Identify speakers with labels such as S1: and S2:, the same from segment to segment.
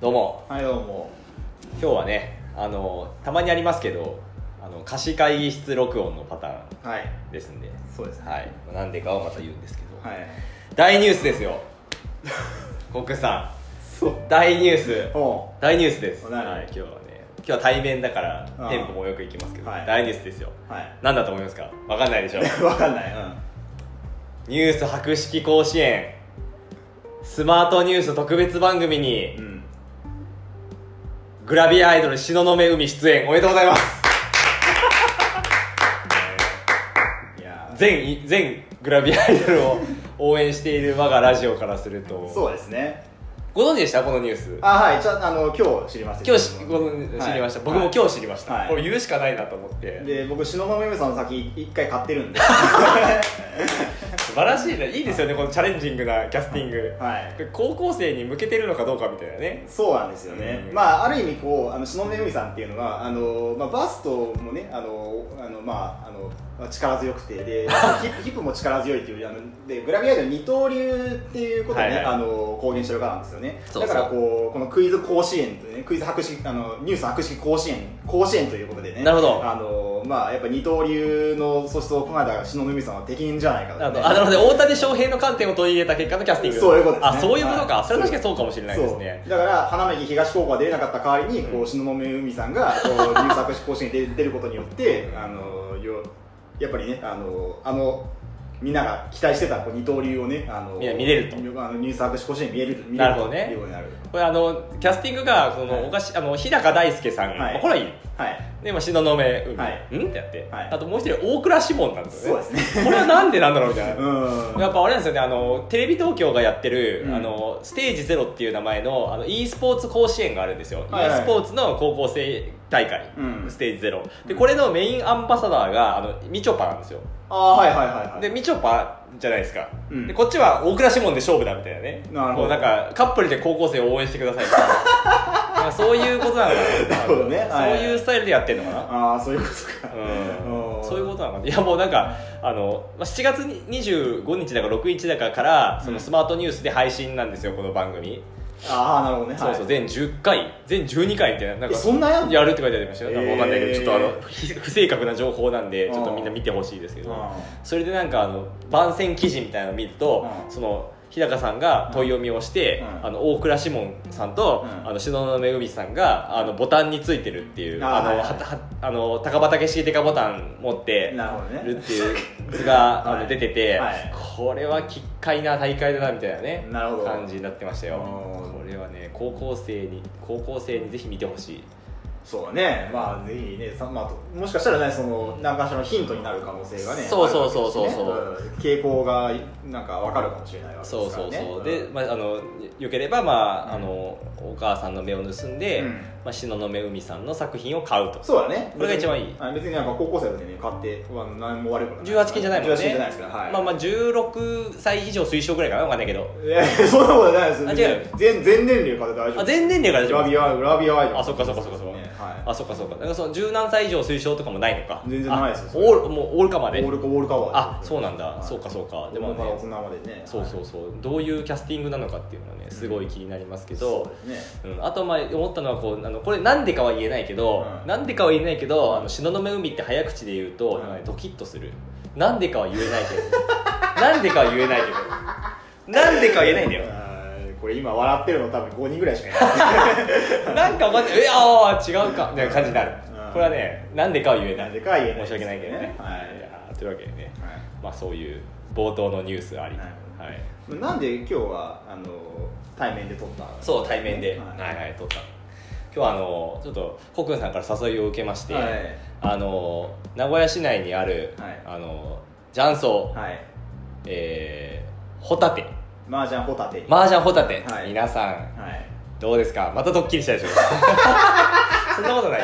S1: どうも
S2: はいどうも
S1: 今日はねあのたまにありますけどあの貸し会議室録音のパター
S2: はい
S1: ンですんで
S2: そうですね
S1: はいなんでかをまた言うんですけど、
S2: はい
S1: 大ニュース ですよ国さ
S2: そうん
S1: 大ニュース
S2: おう
S1: 大ニュースです、
S2: 何
S1: はい、今日はね今日は対面だから
S2: ああ
S1: 店舗もよく行きますけど、
S2: はい
S1: 大ニュースですよ
S2: はい
S1: 何だと思いますかわかんないでしょ
S2: 分かんないうん
S1: ニュース博識甲子園スマートニュース特別番組に
S2: うん
S1: グラビアアイドル東雲海出演おめでとうございます
S2: いや
S1: 全全グラビアアイドルを応援している我がラジオからすると
S2: そうですね
S1: ご存知でしたこのニュース
S2: あはいちゃあの今日知りました
S1: 今日しご存知知りました、僕も今日知りました、
S2: はい
S1: これ言うしかないなと思って、
S2: 日で僕篠山由美さんの先一回買ってる んで
S1: 素晴らしいねいいですよねこのチャレンジングなキャスティング、
S2: はい
S1: 高校生に向けてるのかどうかみたいなね
S2: そうなんですよね、
S1: うん
S2: まあある意味こうあの篠宮由美さんっていうのはあの、まあ、バストもねあのあのまああのまあ力強くて でヒップヒップも力強いっていうあのでグラビアアイドル二刀流っていうことをね、
S1: はいはい
S2: あの公言してる方なんですよね
S1: そうそう
S2: だからこうこのクイズ甲子園というねクイズ博識あのニュース博識甲子園甲子園ということでね
S1: なるほど
S2: あのまあやっぱ二刀流の素質をこの間篠宮由美さんは適任じゃないかと、
S1: あのあなるほど大谷翔平の観点を取り入れた結果のキャスティング
S2: そういうことですね
S1: あそういうことか、
S2: はい
S1: それは確かにそうかもしれないですね
S2: そうだから花巻東高校が出れなかった代わりにこう東雲海さんがこう入作し甲子園に出出ることによってあのよやっぱりねあのあのみんなが期待してたこう二刀流をねあの
S1: いや見れると
S2: あの入作し甲子園見れる見れ
S1: なるほどね
S2: ということになる
S1: これあのキャスティングがその、
S2: はい
S1: おかしあの日高大輔さん、
S2: はい
S1: まあこれはいい
S2: はい
S1: で、まあ、東雲海、
S2: はい
S1: うんってやって、
S2: はい
S1: あともう一人大倉志門なんですよね
S2: そうです
S1: ねこれはなんでなんだろうみたいな
S2: うん
S1: やっぱあれなんですよねあのテレビ東京がやってる、
S2: うん
S1: あのステージゼロっていう名前のあの e スポーツ甲子園があるんですよ、
S2: はいはい
S1: e スポーツの高校生大会、
S2: うん
S1: ステージゼロでこれのメインアンバサダーがあのみちょぱなんですよ
S2: ああはいはいはいはい
S1: でみちょぱじゃないですか、
S2: うん
S1: でこっちは大倉志門で勝負だみたいなね
S2: なるほど
S1: こうなんかカップルで高校生を応援してくださいみ たいななんかそういうことなのかな
S2: なるほどねはいはい
S1: そういうスタイルでやってるのかな
S2: ああそういうことか
S1: う
S2: うんん
S1: そういうことなのかないやもうなんかあのまあ7月に25日だか6日だかからそのスマートニュースで配信なんですよこの番組、
S2: ああなるほどね
S1: そうそう
S2: はい
S1: 全10回全12回みたいななんか
S2: えそんなやんの
S1: やるって書いてありましたよ、なんかわかんないけど
S2: えー
S1: ちょっとあのひ不正確な情報なんでちょっとみんな見てほしいですけ
S2: う
S1: ど
S2: ん
S1: それでなんかあの番宣記事みたいなのを見ると、
S2: うん
S1: その日高さんが問い読みをして、
S2: うん
S1: あの大倉志門さんと、
S2: うん
S1: あの篠ノ恵さんがあのボタンについてるっていう
S2: あー
S1: あの、
S2: はいはい
S1: はたはあの高畑式デカボタン持って
S2: なるほどね
S1: るっていう図が、あ
S2: は
S1: の
S2: い
S1: 出てて、
S2: はい
S1: これはきっかいな大会だなみたいなね
S2: なるほど
S1: 感じになってましたよ
S2: うん
S1: これはね高校生に高校生にぜひ見てほしい
S2: そうだね、まあぜひね、さまあと、もしかしたらね、その何かしらのヒントになる可能性がね、
S1: そうそうそうそう
S2: あるわけですしね傾向がなんかわかるかもしれないわけ
S1: そ
S2: で
S1: う
S2: す
S1: そ
S2: から
S1: う
S2: ね。
S1: そう、
S2: ん
S1: で、まあ、あのよければ、まああ
S2: うん
S1: のお母さんの目を盗んで、
S2: うん
S1: まあ、篠宮海さんの作品を買うと
S2: そうだね。
S1: これが一番いい
S2: あ別になんか高校生だってね、買って、まあ何も悪いことない。
S1: 18禁じゃないもんね
S2: 18禁じゃないですから、はい。
S1: まあまあ16歳以上推奨ぐらいかなわかんないけど
S2: いやいやそんなことないですよ。
S1: あ違う
S2: 全全年齢から大丈
S1: あ
S2: 夫。
S1: 全年齢から
S2: グラ
S1: 大丈
S2: ビア、グラビアアイドル。
S1: あそっかそっかそっかそっか
S2: ねは
S1: あそっかそっかだからその十何歳以上推奨とかもないのか
S2: 全然ないですよ
S1: あ
S2: それ
S1: オールもうオールカま
S2: い。
S1: で
S2: オールカ、オールカバー
S1: あそうなんだ、そうかそうか
S2: で
S1: で
S2: も、
S1: も
S2: 子供から大
S1: ね
S2: 人までね。
S1: そうそうそうどういうキャスティングなのかっていうのはねすごい気になりますけど、
S2: そうですね。
S1: うん、あとまあ思ったのはこうあのこれなんでかは言えないけど
S2: うん
S1: なん、でかは言えないけどあの東雲海って早口で言うと、
S2: うん
S1: なんかねドキッとするなんでかは言えないけどなんでかは言えないけどなんでかは言えないんだよ
S2: あーこれ今笑ってるの多分5人ぐらいしかいない。
S1: なんか待ってえああ違うかみたいな感じになる、
S2: うん
S1: これはねなんでかは言えない
S2: なんでかは言えない
S1: 申し訳ないけどね、
S2: はい
S1: やーというわけでね
S2: はい
S1: まあそういう冒頭のニュースあり、
S2: な
S1: は
S2: る
S1: い、
S2: なんで今日はあの対面で撮ったう
S1: そう対面で、
S2: はい
S1: はいはい撮った今日はあのちょっとコクンさんから誘いを受けまして、
S2: はい
S1: あの名古屋市内にある、
S2: はい
S1: あの雀荘、
S2: はい
S1: えーホタテ
S2: 麻雀ホタテ
S1: 麻雀ホタテ、
S2: はい
S1: 皆さん
S2: はい
S1: どうですかまたドッキリしたでしょ そんなことない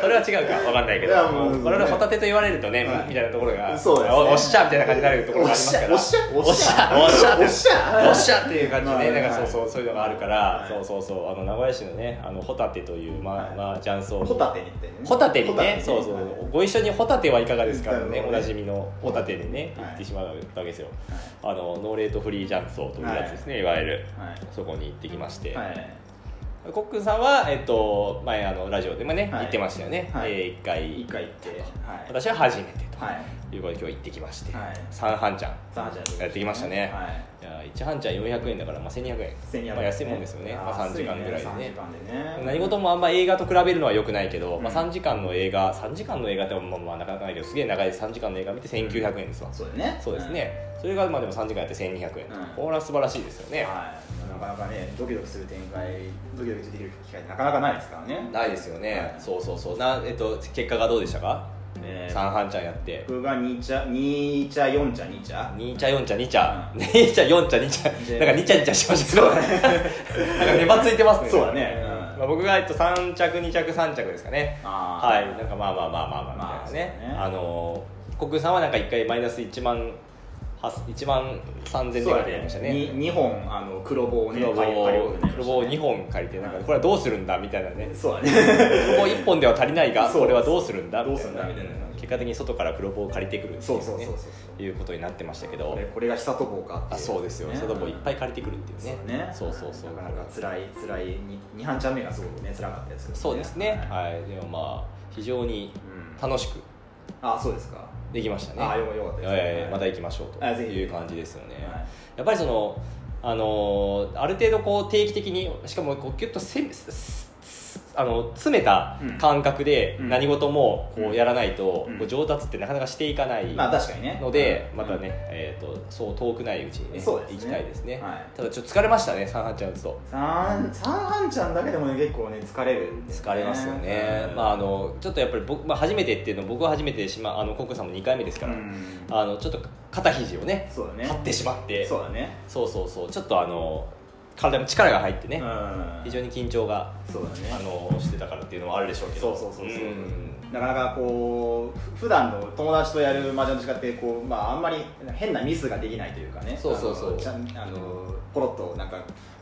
S1: それは違うかわかんないけど
S2: いやもう
S1: 我々ホタテと言われるとね、
S2: はい
S1: みたいなところが
S2: そうですね
S1: おおっしゃみたいな感じになるところがありますから
S2: おっしゃ
S1: お
S2: お
S1: っ
S2: っ
S1: し
S2: し
S1: ゃ
S2: ゃ
S1: おっしゃ
S2: おっしゃ
S1: おっしゃっていう感じで、
S2: はい
S1: ね、なんか
S2: はい
S1: そうそうそういうのがあるから、
S2: はい
S1: そうそうそうあの名古屋市のねあのホタテというま
S2: はい
S1: まあ雀荘
S2: ホタテにってね
S1: ホタテにねそうそう、
S2: はい
S1: ご一緒にホタテはいかがですか
S2: なるほど
S1: ね
S2: ね
S1: おなじみのホタテにね
S2: はい
S1: 行ってしまうわけですよ、あのノーレートフリージャンソーというやつですね、い、わゆる
S2: はい
S1: そこに行ってきまして、
S2: はい
S1: コックンさんは、えっと、前あのラジオでもね、
S2: はい
S1: 言ってましたよね、
S2: はい
S1: えー一回
S2: 一回行ってはい
S1: 私は初めてと、
S2: はい
S1: い、うことで今日行ってきまして、
S2: はい
S1: 三半ちゃん
S2: さあじゃあ
S1: やってきましたね
S2: はい
S1: いや1半ちゃん400円だから、まあ、1200円
S2: 1200
S1: まあ、安いもんですよね、まあ、3時間ぐらいで
S2: 安
S1: ね
S2: ね3時間でね
S1: 何事もあんま映画と比べるのはよくないけど、まあ、
S2: うん
S1: 3時間の映画3時間の映画ってまあまあなかなかないけどすげえ長い3時間の映画見て1900円ですわ、
S2: そうだね
S1: そうですね、それがまあでも3時間やって1200円と、
S2: うん
S1: これは素晴らしいですよ
S2: うん
S1: ね、
S2: はいなかなかねドキドキする展開ドキドキできる機会ってなかなかないですからね
S1: ないですよね、
S2: はい
S1: そうそうそうな、えっと、結果がどうでしたか、
S2: えー
S1: 三半ちゃんやって
S2: 僕が2茶2茶4茶2茶
S1: 2茶4茶2茶、
S2: うん
S1: 2茶4茶2茶
S2: で
S1: なんか2茶2茶しましたけどなん かネバついてますね
S2: そうだねうん
S1: まあ、僕が、えっと、3着2着3着ですかね
S2: あー
S1: はいなんかまあまあまあまあまあみたいなね,、
S2: まあ
S1: あ
S2: そうだね
S1: のー国分さんはなんか1回マイナス1万1万3000円ぐ
S2: そう
S1: らい
S2: だ
S1: でやりました
S2: ね
S1: ね
S2: に二本あの黒棒をね
S1: 黒棒
S2: 借り借りようとなりまし
S1: 黒
S2: た
S1: 棒2本借りてなんかこれはどうするんだみたいなね
S2: そう だね
S1: 黒棒1本では足りないが
S2: そう
S1: これはどうするんだ
S2: どうするんだみたいな
S1: 結果的に外から黒棒を借りてくるってい
S2: そうそうそうそう
S1: ねいうことになってましたけど
S2: これこれが久と坊かってい
S1: あそうですよ、
S2: ね
S1: 外もいっぱい借りてくるっていうね
S2: そう
S1: そ
S2: ね
S1: うそうそう
S2: なかなか辛い辛いに二半ちゃん目がすごくね辛かったですよ
S1: そうですね
S2: はい
S1: はい、でもまあ非常に
S2: うん
S1: 楽しく
S2: あそうですか
S1: できましたね
S2: あよよかったです
S1: ええまた
S2: はい
S1: 行きましょうと
S2: あぜひ
S1: いう感じですよね、
S2: はい
S1: やっぱりそのあのーある程度こう定期的にしかもこうギュッとせすすすあの詰めた
S2: うん
S1: 感覚で
S2: うん
S1: 何事もこ
S2: うん
S1: うやらないと、
S2: うん
S1: こう上達ってなかなかしていかない
S2: まあ確かにね
S1: ので、
S2: うん
S1: またね、えー、とそう遠くないうちにね
S2: そうですね
S1: 行きたいですね、
S2: はい
S1: ただちょっと疲れましたね三半ちゃん打つと。
S2: 三三半ちゃんだけでもね結構ね疲れるんで
S1: 疲れますよね、まあ、あのちょっとやっぱり僕、まあ、初めてっていうの僕は初めてしまあのコックさんも2回目です
S2: う
S1: から、
S2: ん
S1: あのちょっと肩肘をね
S2: そうだね
S1: 張ってしまって
S2: そうだね
S1: そうそうそうちょっとあの体も力が入ってね、
S2: うん
S1: 非常に緊張が、
S2: そうだね
S1: あのしてたからっていうのはあるでしょうけ
S2: そ
S1: ど
S2: うそうそうそう、
S1: ん
S2: なかなかこうふ普段の友達とやる麻雀の違ってこう、まあ、あんまり変なミスができないというかね
S1: そうそうそう
S2: あのちゃんあのポロッとなんか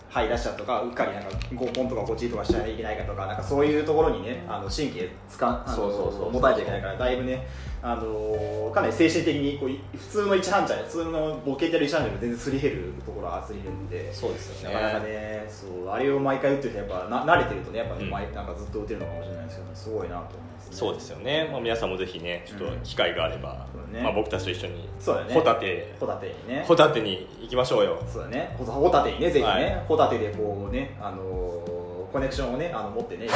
S2: はい出しちゃうとかうっかりなんか合コンとかこっちとかしちゃいけないかとかなんかそういうところにねあの神経つかあの
S1: そうそうそう
S2: 持たれていけないからだいぶねあのかなり精神的にこうい普通の一半茶普通のボケてる一半茶より全然すり減るところはすり減るんで
S1: そうですよ
S2: な
S1: ね
S2: かなかね、そうあれを毎回打ってる人やっぱな慣れてるとねやっぱ、
S1: うん
S2: 毎なんかずっと打てるのかもしれないですけど、すごいなと思います、ね。
S1: そうですよね、まあ、皆さんもぜひねちょっと機会があれば、
S2: そうだね
S1: まあ、僕たちと一緒に
S2: そうだよね。
S1: ホタテ
S2: ホタテにね。
S1: ホタテに行きましょうよ
S2: そうだね。ホタホタテにねぜひね、
S1: はい
S2: ホタテでこうねあのーコネクションをねあの持 ってね。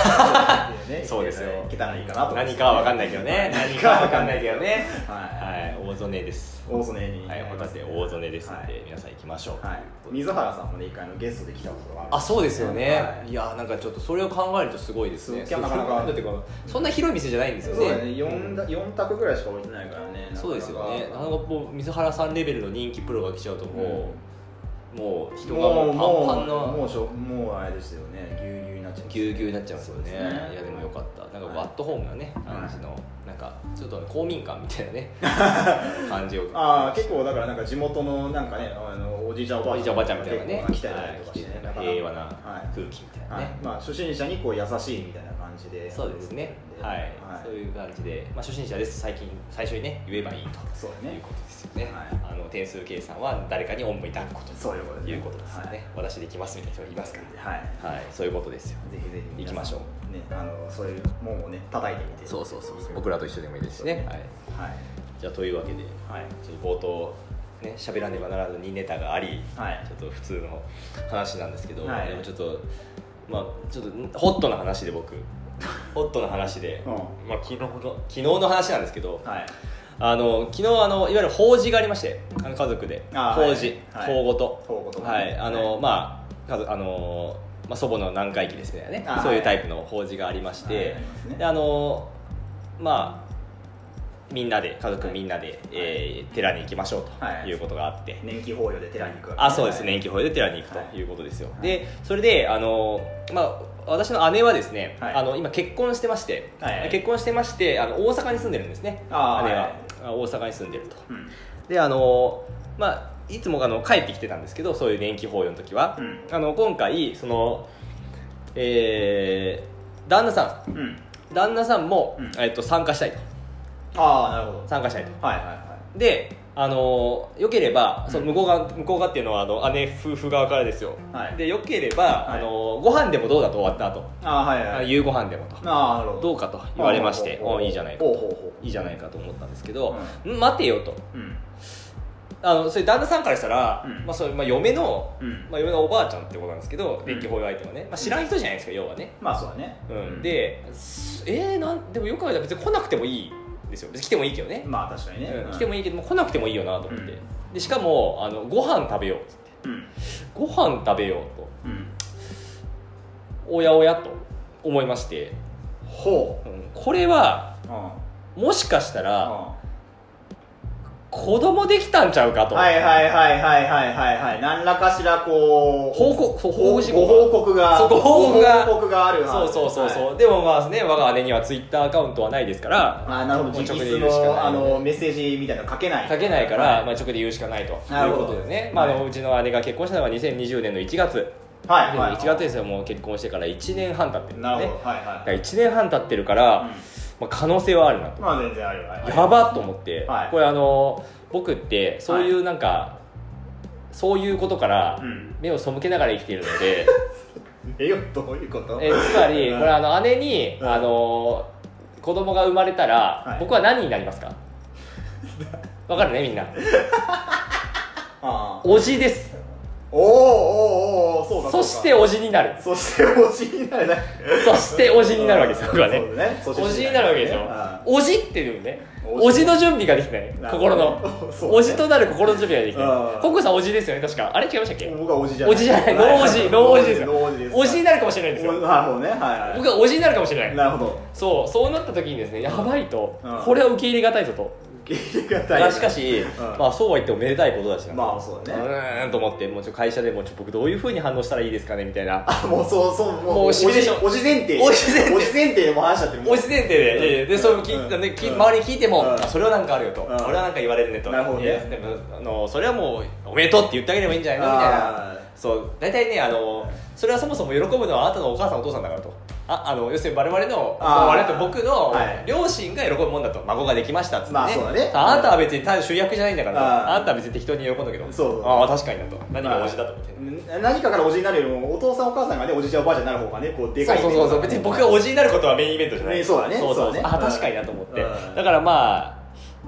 S2: ね
S1: そうですよ
S2: いけたらいいかなと思いま
S1: 何
S2: す
S1: かは分かんないけどね何かは分かんないけどね
S2: は
S1: はい大曽根です
S2: い。大曽根に、
S1: はいホタテ大曽根ですんで、
S2: はい
S1: 皆さん行きましょう、
S2: はい。水原さんもね一回あのゲストで来たことがある。
S1: あそうですよね、
S2: はい
S1: い、やなんかちょっとそれを考えるとすごいですね
S2: すごいなかなか
S1: そうだってこうそんな広い店じゃないんですよね
S2: そうだね。四だ四択ぐらいしか置いてないからね。
S1: そうですよねなか
S2: なか
S1: な
S2: な
S1: か
S2: か
S1: こう水原さんレベルの人気プロが来ちゃうともう、もう人が
S2: も
S1: も
S2: うも
S1: う
S2: う
S1: パンパンの
S2: もうしょもうあれですよねぎゅうぎゅうになっちゃいます
S1: ぎゅうぎゅうになっちゃいますよね
S2: そうですね
S1: いやでもよかったなんか
S2: はい
S1: ワットホームなね
S2: はい
S1: 感じの、なんかちょっと公民館みたいな ね感じを
S2: ああ結構だからなんか地元のなんかねあのおじいちゃんおば
S1: お
S2: あ
S1: じい
S2: ち
S1: ちゃ
S2: ゃ
S1: ん
S2: ん
S1: おばあちゃんみたいなね
S2: 結構来たりとかしてね
S1: はい来て平和な
S2: はい
S1: 空気みたいな
S2: はい
S1: ね、
S2: まあ初心者にこう優しいみたいな感じで
S1: そうですね
S2: で
S1: はい、
S2: はい
S1: そういう感じで、まあ、初心者です最近最初にね言えばいいと
S2: そうだ
S1: いう
S2: ね
S1: ことですよね、
S2: は
S1: あの点数計算は誰かにおんぶに抱っこ
S2: そういうこと
S1: ということですよね、私できますみたいな人がいますか
S2: はい、はい
S1: らはいそういうことですよ
S2: ぜひぜひ皆さ
S1: 行き
S2: ん
S1: ましょ
S2: ねあのそういう門をね叩いてみて
S1: そうそうそうそう僕らと一緒でもいいですしね、はい、
S2: はい
S1: じゃあというわけで
S2: はい
S1: ちょっと冒頭ね喋らねばならずにネタがあり
S2: はい
S1: ちょっと普通の話なんですけど、
S2: はい
S1: でもちょっとまあちょっとホットな話で僕ホットな話で、
S2: うん
S1: まあ、昨日の昨日の話なんですけど
S2: はい
S1: あの昨日あのいわゆる法事がありましてあの家族で
S2: あ
S1: 法事
S2: はい
S1: 法ごと
S2: 法事とかね
S1: はいあの、まあ家族あのまあ祖母の南海期ですねね
S2: あ
S1: そういうタイプの法事がありまして、
S2: はいありますね
S1: であのまあみんなで家族みんなで、えー寺に行きましょう
S2: は
S1: と
S2: い
S1: いうことがあって、
S2: 年季法要で寺に行くわけ
S1: あそうですね
S2: はい
S1: 延期保育で寺に行く
S2: はい
S1: ということですよ、
S2: い
S1: でそれであの、まあ、私の姉はですね、
S2: はい
S1: あの今結婚してまして、
S2: はい
S1: 結婚してましてあの大阪に住んでるんですね姉
S2: あー
S1: は
S2: は、
S1: あ大阪に住んでると
S2: うん
S1: であのまあいつもあの帰ってきてたんですけどそういう年季法要の時は、
S2: うん
S1: あの今回そのえー旦那さ
S2: うん
S1: ん旦那さんも、
S2: うん
S1: えっと、参加したいと
S2: ああなるほど
S1: 参加したいと
S2: はいはいはい
S1: であのよければ
S2: うん
S1: その向こう側向こう側っていうのはあの姉夫婦側からですよ、
S2: はい
S1: でよければ、
S2: はい
S1: あのご飯でもどうだと終わった後、
S2: あーはいはい
S1: あ夕ご飯でもと
S2: あーなるほど
S1: どうかと言われまして
S2: ほうほうほう
S1: おいいじゃないか
S2: ほうほうほ
S1: いいじゃないかと思ったんですけど、ん待てよと
S2: ううん
S1: あのそれ旦那さんからしたら、
S2: うん
S1: まあ、それまあ嫁の、
S2: うん
S1: まあ、嫁のおばあちゃんってことなんですけど
S2: ん
S1: 電気保養相手はね、まあ、知らん人じゃないですか要はね、
S2: まあそうだね
S1: うんですえー、なんでもよく考えたら別に来なくてもいいですよ別に来てもいいけどね、
S2: まあ確かにね
S1: うん来てもいいけども来なくてもいいよなと思って、
S2: うん
S1: でしかもあのご飯食べようっつって
S2: うん
S1: ご飯食べようと
S2: うん
S1: おやおやと思いまして、
S2: ほ
S1: うんこれは
S2: ううん
S1: もしかしたら、
S2: は
S1: 子供できたんちゃうかと、
S2: いはいはいはいはいはいはい何らかしらこう
S1: 報告そう報告事
S2: ご
S1: 項
S2: 報告が
S1: そうご報告が
S2: ご報告がある
S1: そうそうそうそう、
S2: はい
S1: でもまあね我が姉にはツイッターアカウントはないですから
S2: あーなるほど
S1: もう直
S2: 直
S1: で
S2: 筆
S1: 言うしか
S2: の
S1: ない
S2: あのメッセージみたいなの書けない
S1: 書けないから、
S2: は
S1: まあ、直で言うしかないと
S2: なる
S1: いう
S2: ほ
S1: こ
S2: ど
S1: とでね、まあ、あ
S2: は
S1: のうちの姉が結婚したのが2020年の1月、
S2: はいはい
S1: 1月ですよもう結婚してから1年半経ってるんで
S2: な
S1: す
S2: る
S1: ね
S2: ほどはい
S1: だ
S2: は
S1: か
S2: い
S1: ら1年半経ってるから、まあ、可能性はあるなと
S2: うんまあ全然あるよはい
S1: やばっと思って、
S2: はい
S1: これあの僕ってそういうなんか、そういうことから
S2: うん
S1: 目を背けながら生きているの で、
S2: えよどういうこと
S1: えつまり
S2: うん
S1: これあの姉に、
S2: うん
S1: あの子供が生まれたら、
S2: はい
S1: 僕は何になります かわかるねみんな
S2: あー
S1: おじです
S2: おーおーおーそう
S1: そ
S2: かそうか
S1: しておじになる
S2: そしておじになるね
S1: そしておじになるわけですよ僕はね
S2: そうだねそして
S1: おじになるわけでしょ
S2: あ
S1: おじっていうね
S2: お
S1: お
S2: じ
S1: じの準備ができない
S2: なるほ
S1: 心
S2: ど
S1: の
S2: そうね
S1: おじとなる心の準備ができな
S2: うん
S1: いコンコさんおじですよね確かあれ違いましたっ
S2: ー
S1: け
S2: 僕は おじじゃない
S1: おじじゃないノーおじノーおじですよ
S2: ノーおじです
S1: おじになるかもしれないんですよ
S2: なるほどねはいはい
S1: 僕はおじになるかもしれない
S2: なるほど
S1: そうそうなった時にですねやばいと
S2: うん
S1: これは受け入れがたいぞと
S2: 受け入れがたい
S1: がしかし
S2: ん
S1: まあそうは言ってもめでたいことだしな
S2: まあそう
S1: う
S2: だね
S1: ーんと思ってもうちょっと会社でもうちょっと僕どういうふうに反応したらいいですかねみたいな
S2: あ もうそうそうも
S1: もう
S2: おじ
S1: シミュレーション
S2: おじ前提
S1: おじ前提
S2: おじ前提でもう話しちゃってる
S1: おじ前提で
S2: うん
S1: いやいやでそれも聞いた
S2: うん
S1: ねき
S2: うん
S1: 周りに聞いても
S2: うん
S1: あそれはなんかあるよと
S2: うん
S1: 俺はなんか言われるねと
S2: なるほどね
S1: いやでもあのそれはもうおめでとうって言ってあげればいいんじゃないのみたいな
S2: あ
S1: そう大体ねあのそれはそもそも喜ぶのはあなたのお母さんお父さんだからとああの要するに我々の
S2: あー
S1: 我々と僕の
S2: はい
S1: 両親が喜ぶもんだと孫ができましたっつって、ね
S2: まあそうだね
S1: あなたは別にただ主役じゃないんだからと
S2: あー
S1: あなたは別に適当に喜んだけど
S2: そうそう
S1: ああ確かになと何がおじだと思って、
S2: ー何かからおじになるよりもお父さんお母さんがねおじちゃんおばあちゃんになる方がねこうでかい
S1: そうそうそうそう別に僕がおじになることはメインイベントじゃない、
S2: ねそうだね
S1: そうそう
S2: そうだね
S1: あ確かになと思って、
S2: うん
S1: だからま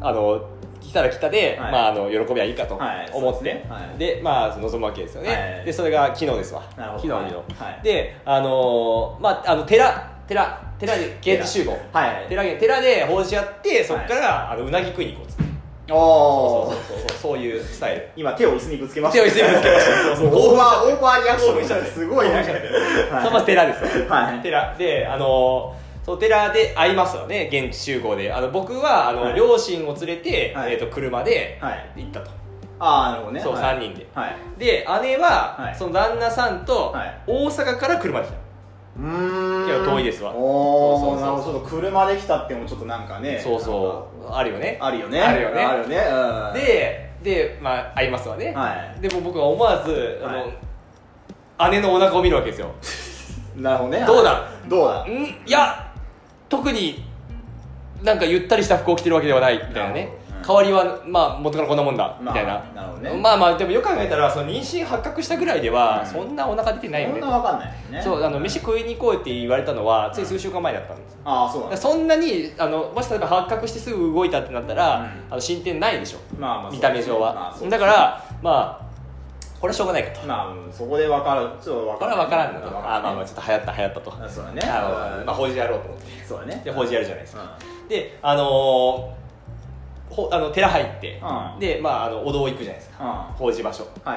S1: ああの来たら来たで、
S2: はい
S1: まあ、あの喜びはいいかと
S2: はい
S1: 思って、
S2: そうですねはい
S1: でまあ望むわけですよね、
S2: はい
S1: でそれが昨日ですわ
S2: なるほど
S1: 昨日昨日、
S2: はい
S1: であのーまああの寺寺寺でゲート集合
S2: はい
S1: 寺で寺で法事やってそっから、あのうなぎ食いに行こうっつってそうそうそ
S2: おお
S1: うそうそういうスタイル
S2: 今手を椅子にぶつけまし
S1: 手
S2: た
S1: を椅子 にぶつけましたそうそう
S2: オーバーオーバーリアクションしたすごいね
S1: 興奮しちゃってその寺ですよ
S2: はい
S1: 寺であのそう寺で会いますよね現地集合であの僕はあの、
S2: はい
S1: 両親を連れて、
S2: はい
S1: えー、と車で
S2: はい
S1: 行ったと、
S2: ああなるほどね
S1: そう、
S2: はい
S1: 3人で
S2: はい
S1: で姉は、
S2: はい
S1: その旦那さんと、
S2: はい
S1: 大阪から車で来た
S2: うーん
S1: いや遠いですわ
S2: お
S1: そうそうそ
S2: お
S1: う
S2: なるほどちょっと車で来たってもちょっとなんかね
S1: そうそうあるよね
S2: あるよね
S1: あるよね
S2: あるよねうん
S1: ででまあ会いますわね、
S2: は
S1: でも僕は思わず、
S2: は
S1: あの姉のお腹を見るわけですよ
S2: いなるほどね
S1: どうだ
S2: どうだ
S1: んいや特になんかゆったりした服を着てるわけではないみたいな
S2: なる
S1: ね
S2: ほどうん
S1: 代わりはまあ元からこんなもんだみたいな
S2: まあなるほどね
S1: まあまあでもよく考えたらその妊娠発覚したぐらいでは
S2: うん
S1: そんなお腹出てないよ
S2: そ
S1: ね
S2: んなわかんないね
S1: そうあの飯食いに行こうって言われたのはつい数週間前だったんです
S2: ああそう
S1: だか
S2: なん
S1: ら
S2: だ
S1: そんなにあのもし例えば発覚してすぐ動いたってなったら
S2: うん
S1: あの進展ないでしょ
S2: まあまあ
S1: 見た目上
S2: まあ
S1: は
S2: そう
S1: だからまあこれはしょうがないかと
S2: まあうんそこでわかるちょっとわ
S1: こ
S2: か
S1: れ
S2: ら
S1: は
S2: な
S1: 分
S2: い
S1: からんなと
S2: わ
S1: あーまあまあちょっと流行った流行ったと
S2: あそうだね
S1: あのまあ法事やろうと思って
S2: そうだね
S1: で法事やるじゃないです
S2: うん
S1: かであのーほあの寺入って、
S2: うん
S1: でまああのお堂行くじゃないですか、
S2: うん
S1: 法事場所
S2: はい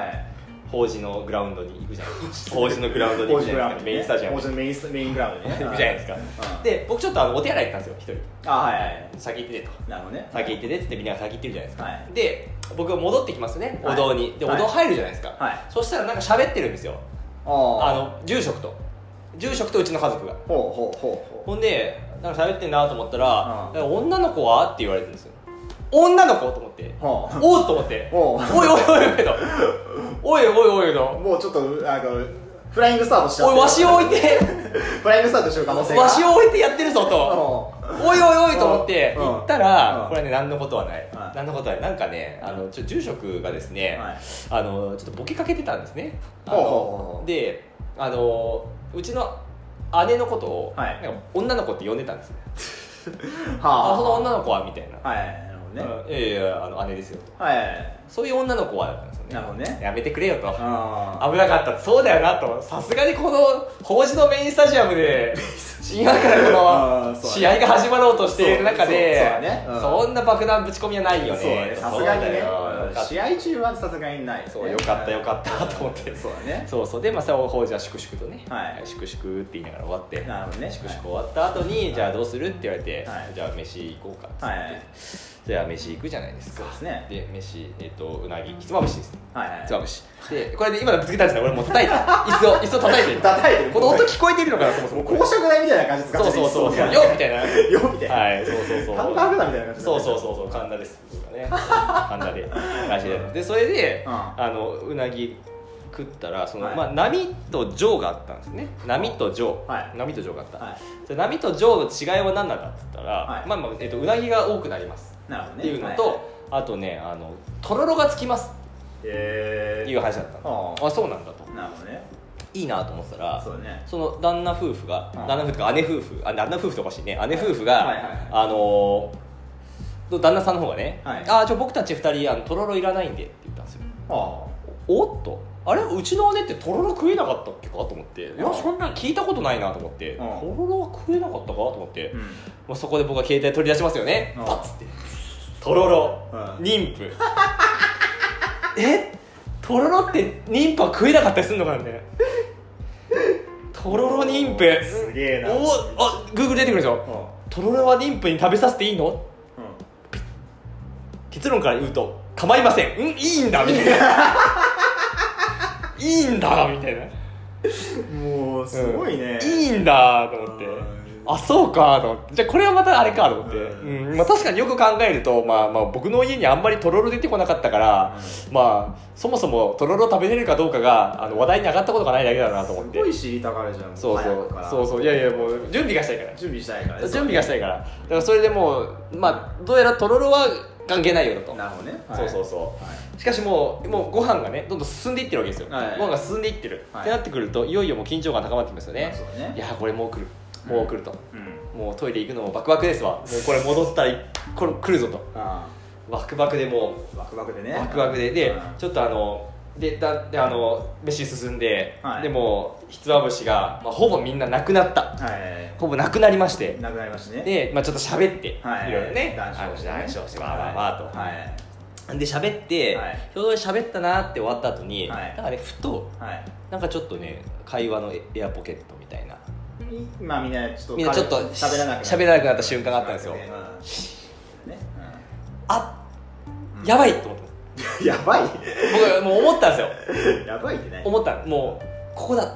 S1: 法事のグラウンドに行くじゃないです か法事のグラウンドに行くじゃないですかメインスタジアム
S2: も
S1: に
S2: ちろんメインスメイングラウンドね
S1: 行くじゃないですか、
S2: うん
S1: で僕ちょっとあのお手洗い行ったんですよ一
S2: あはいはい
S1: 人先行ってねと
S2: なるほどね
S1: 先行ってねっつってみんなが先行ってるじゃないですか、
S2: はい
S1: で僕が戻ってきますね
S2: は
S1: お
S2: い
S1: 堂に、で
S2: は
S1: お
S2: い
S1: 堂入るじゃないですか、
S2: はい
S1: そしたらなんか喋ってるんですよあ
S2: ああ
S1: の住職と住職とうちの家族が
S2: ほうほうほうほう
S1: ほんでなんか喋ってんなと思ったら「
S2: うん
S1: だから女の子は?」って言われてるんですよ女の子と思って
S2: ほう
S1: おうと思って
S2: お
S1: お
S2: う
S1: いおいおいおいとおいおいおいと
S2: もうちょっとなんかフライングスタートしちゃっ
S1: お
S2: て
S1: いわしを置いて
S2: フライングスタートしてる可能性が
S1: わしを置いてやってるぞと
S2: おう
S1: おいおいおいと思って
S2: うん
S1: 行ったら、
S2: うん
S1: これはね何のことはない、
S2: はい
S1: 何のことはないなんかねあのちょ住職がですね、
S2: はい
S1: あのちょっとボケかけてたんですねあ
S2: ほうほうほ
S1: の
S2: う
S1: であのうちの姉のことを、
S2: はい
S1: なんか女の子って呼んでたんですよ
S2: は
S1: あその女の子はみたいな、
S2: はいなるほどね
S1: うんいやいやあの姉ですよと
S2: はい
S1: そういう女の子はだったんですよね
S2: なるほどね
S1: やめてくれよと
S2: あ
S1: 危なかったそうだよなとさすがにこの法事のメインスタジアム で今からこ
S2: あー
S1: の
S2: そうだね
S1: 試合が始まろうとしている中
S2: そう
S1: で
S2: そうだねうん
S1: そんな爆弾ぶち込みはない
S2: ー
S1: よ
S2: そうだね
S1: ね
S2: さすがに
S1: そうだ
S2: ね
S1: よよかっ
S2: 試合中はさすがにない
S1: たそうよかったよかったと思って
S2: そうだね
S1: そうそうでまあその法事は粛々とね
S2: はい
S1: 粛々って言いながら終わって
S2: なるほどね
S1: 粛々終わった後にじゃあどうするって言われて
S2: はい
S1: じゃあ飯行こうかっつって
S2: はい
S1: じゃあ飯行くじゃないですか
S2: そうですね
S1: で飯えっとうなぎひつまぶしですね
S2: はいは
S1: ひ
S2: い
S1: つまぶしでこれで今のぶつけたんじゃない俺もう 叩いて椅子を椅子を叩いてる
S2: 叩いてる
S1: この音聞こえてるのかなそもそ
S2: も
S1: も
S2: う公職台みたいな感じ使
S1: そうそうそうそうよみたいな
S2: うよみたいな
S1: はいそうそうそう
S2: ハンバーグだみたいな感じ
S1: そうそうそうそう神田ですとかね神田でらしいですでそれで、
S2: うん
S1: あのうなぎ食ったらその、
S2: はい
S1: まあ、波と上があったんですね波と上、
S2: はい
S1: 波と上があった、
S2: は
S1: じゃあ波と上の違いは何なんだって言ったら、
S2: はい
S1: まあまあえっとうなぎが多くなります
S2: いなるほど
S1: っ
S2: ね
S1: ていうのと、あとねあのとろろがつきます
S2: え
S1: ってい
S2: え
S1: う話だったの、
S2: うん
S1: あそうなんだと
S2: なるほどね
S1: いいなと思ってたら
S2: そうだね
S1: その旦那夫婦が、
S2: うん
S1: 旦那夫婦とか姉夫婦あ旦那夫婦っておかしいね姉夫婦が、
S2: はいはいはい
S1: あのー旦那さんの方がね「
S2: はい
S1: ああじゃあ僕たち二人あのとろろいらないんで」って言ったんですよ
S2: あ
S1: おっとあれうちの姉ってとろろ食えなかったっけかと思っていやそんな聞いたことないなと思って
S2: ん
S1: とろろは食えなかったかと思って、
S2: うん
S1: もうそこで僕は携帯取り出しますよね
S2: うん
S1: パッつってとろろ
S2: うん
S1: 妊婦 えとろろって妊婦は食えなかったりするのかねとろろ妊婦
S2: すげえな
S1: おあグーグル出てくるでしょとろろは妊婦に食べさせていいの結論から言うと構いませんうんいいんだみたいな いいんだみたいな
S2: うんもうすごいね
S1: うんいいんだと思って
S2: うん
S1: あそうかと思ってじゃあこれはまたあれかと思って、
S2: うん
S1: うんまあ、確かによく考えると、まあまあ、僕の家にあんまりとろろ出てこなかったから、まあ、そもそもとろろ食べれるかどうかがあの話題に上がったことがないだけだなと思っ
S2: す
S1: て
S2: ごい知りたがるじゃん
S1: そうそ
S2: 早
S1: う
S2: くから
S1: そうそういやいやもう準備がしたいから
S2: 準備したいからね
S1: 準備がしたいからだからそれでもう、まあ、どうやらとろろは関係ないよと
S2: なるほどね
S1: そうそう
S2: そ
S1: そううしかしもうもうご飯がねどんどん進んでいってるわけですよ、
S2: はい
S1: ご飯が進んでいってる、
S2: はい
S1: ってなってくるといよいよもう緊張感高まってきますよね、
S2: そうだね
S1: いやーこれもう来るもう来ると、
S2: うん
S1: もうトイレ行くのもバクバクですわもうこれ戻ったらいこれ来るぞと
S2: あ
S1: バクバクでも
S2: あワクワクで
S1: う
S2: ね
S1: バクバクでで
S2: うん
S1: ちょっとあのでだであの飯進んで、
S2: はい
S1: でもうひつまぶしが、まあ、ほぼみんななくなった
S2: は
S1: ほぼなくなりまして
S2: いなくなりましたね
S1: で、まあ、ちょっと喋って、
S2: はい
S1: いろいろね
S2: 談笑して
S1: あの談
S2: ね
S1: 笑してわーわーわーと、
S2: はい
S1: で喋って、
S2: はい
S1: ちょうど喋ったなって終わった後に、
S2: はい
S1: なんかねふと
S2: はい
S1: なんかちょっとね会話のエエアポケットみたいな
S2: まあみんなちょっと
S1: みんなちょっと
S2: 喋らなく
S1: し喋らなくなった瞬間があったんですよ
S2: うんね
S1: あ
S2: うん
S1: やばいと思って
S2: うん やばい
S1: 僕もう思ったんですよ
S2: やばいってね
S1: 思ったもうここだ
S2: うん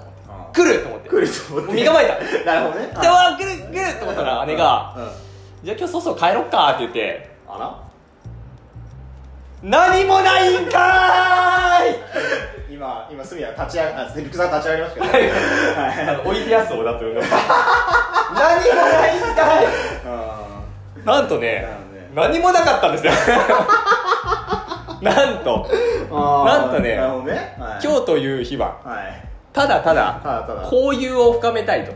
S1: 来ると思って
S2: 来ると思っ
S1: も
S2: て
S1: う身構えた
S2: なるほどね
S1: でわー来る来ると思ったら姉が
S2: うん
S1: 「じゃあ今日そろそろ帰ろっか」って言って
S2: あら
S1: 「何もないんかーい!
S2: 今今隅は立ち上があビックさん立ち上がりましたけど」
S1: あのおいでやすおだと呼んでます何もないんかい
S2: うん
S1: なんとね
S2: なので
S1: 何もなかったんですよ なんと
S2: あー
S1: なんとね
S2: なるほどねはい
S1: 今日という日は
S2: はい
S1: ただただ
S2: ただただ
S1: 交流を深めたいと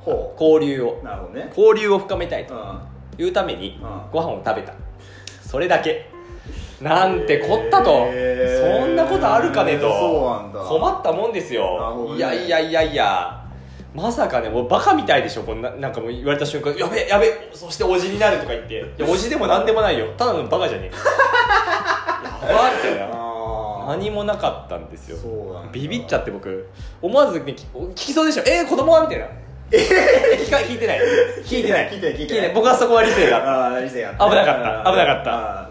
S2: ほ
S1: 交流を
S2: うなるほどね
S1: 交流を深めたいと
S2: うん
S1: いうために
S2: うん
S1: ご飯を食べたそれだけなんてこったと
S2: へ
S1: そ
S2: ー
S1: んなことあるかねと
S2: そうなんだ
S1: 困ったもんです
S2: なるほ
S1: よ
S2: どね
S1: いやいやいやいやまさかねもうバカみたいでしょこんななんかもう言われた瞬間「やべえやべえそしておじになる」とか言って「いやおじでもなんでもないよただのバカじゃねえか」やばいみたいな
S2: あー
S1: 何もなかったんですよ
S2: そうなんだ
S1: ビビっちゃって僕思わず、ね、き聞きそうでしょえー、子供はみたいなえ聞か聞いてない聞いてない
S2: 聞いてない聞いてない
S1: 僕はそこは理性が
S2: ああ理性が
S1: 危なかった危なかった
S2: あ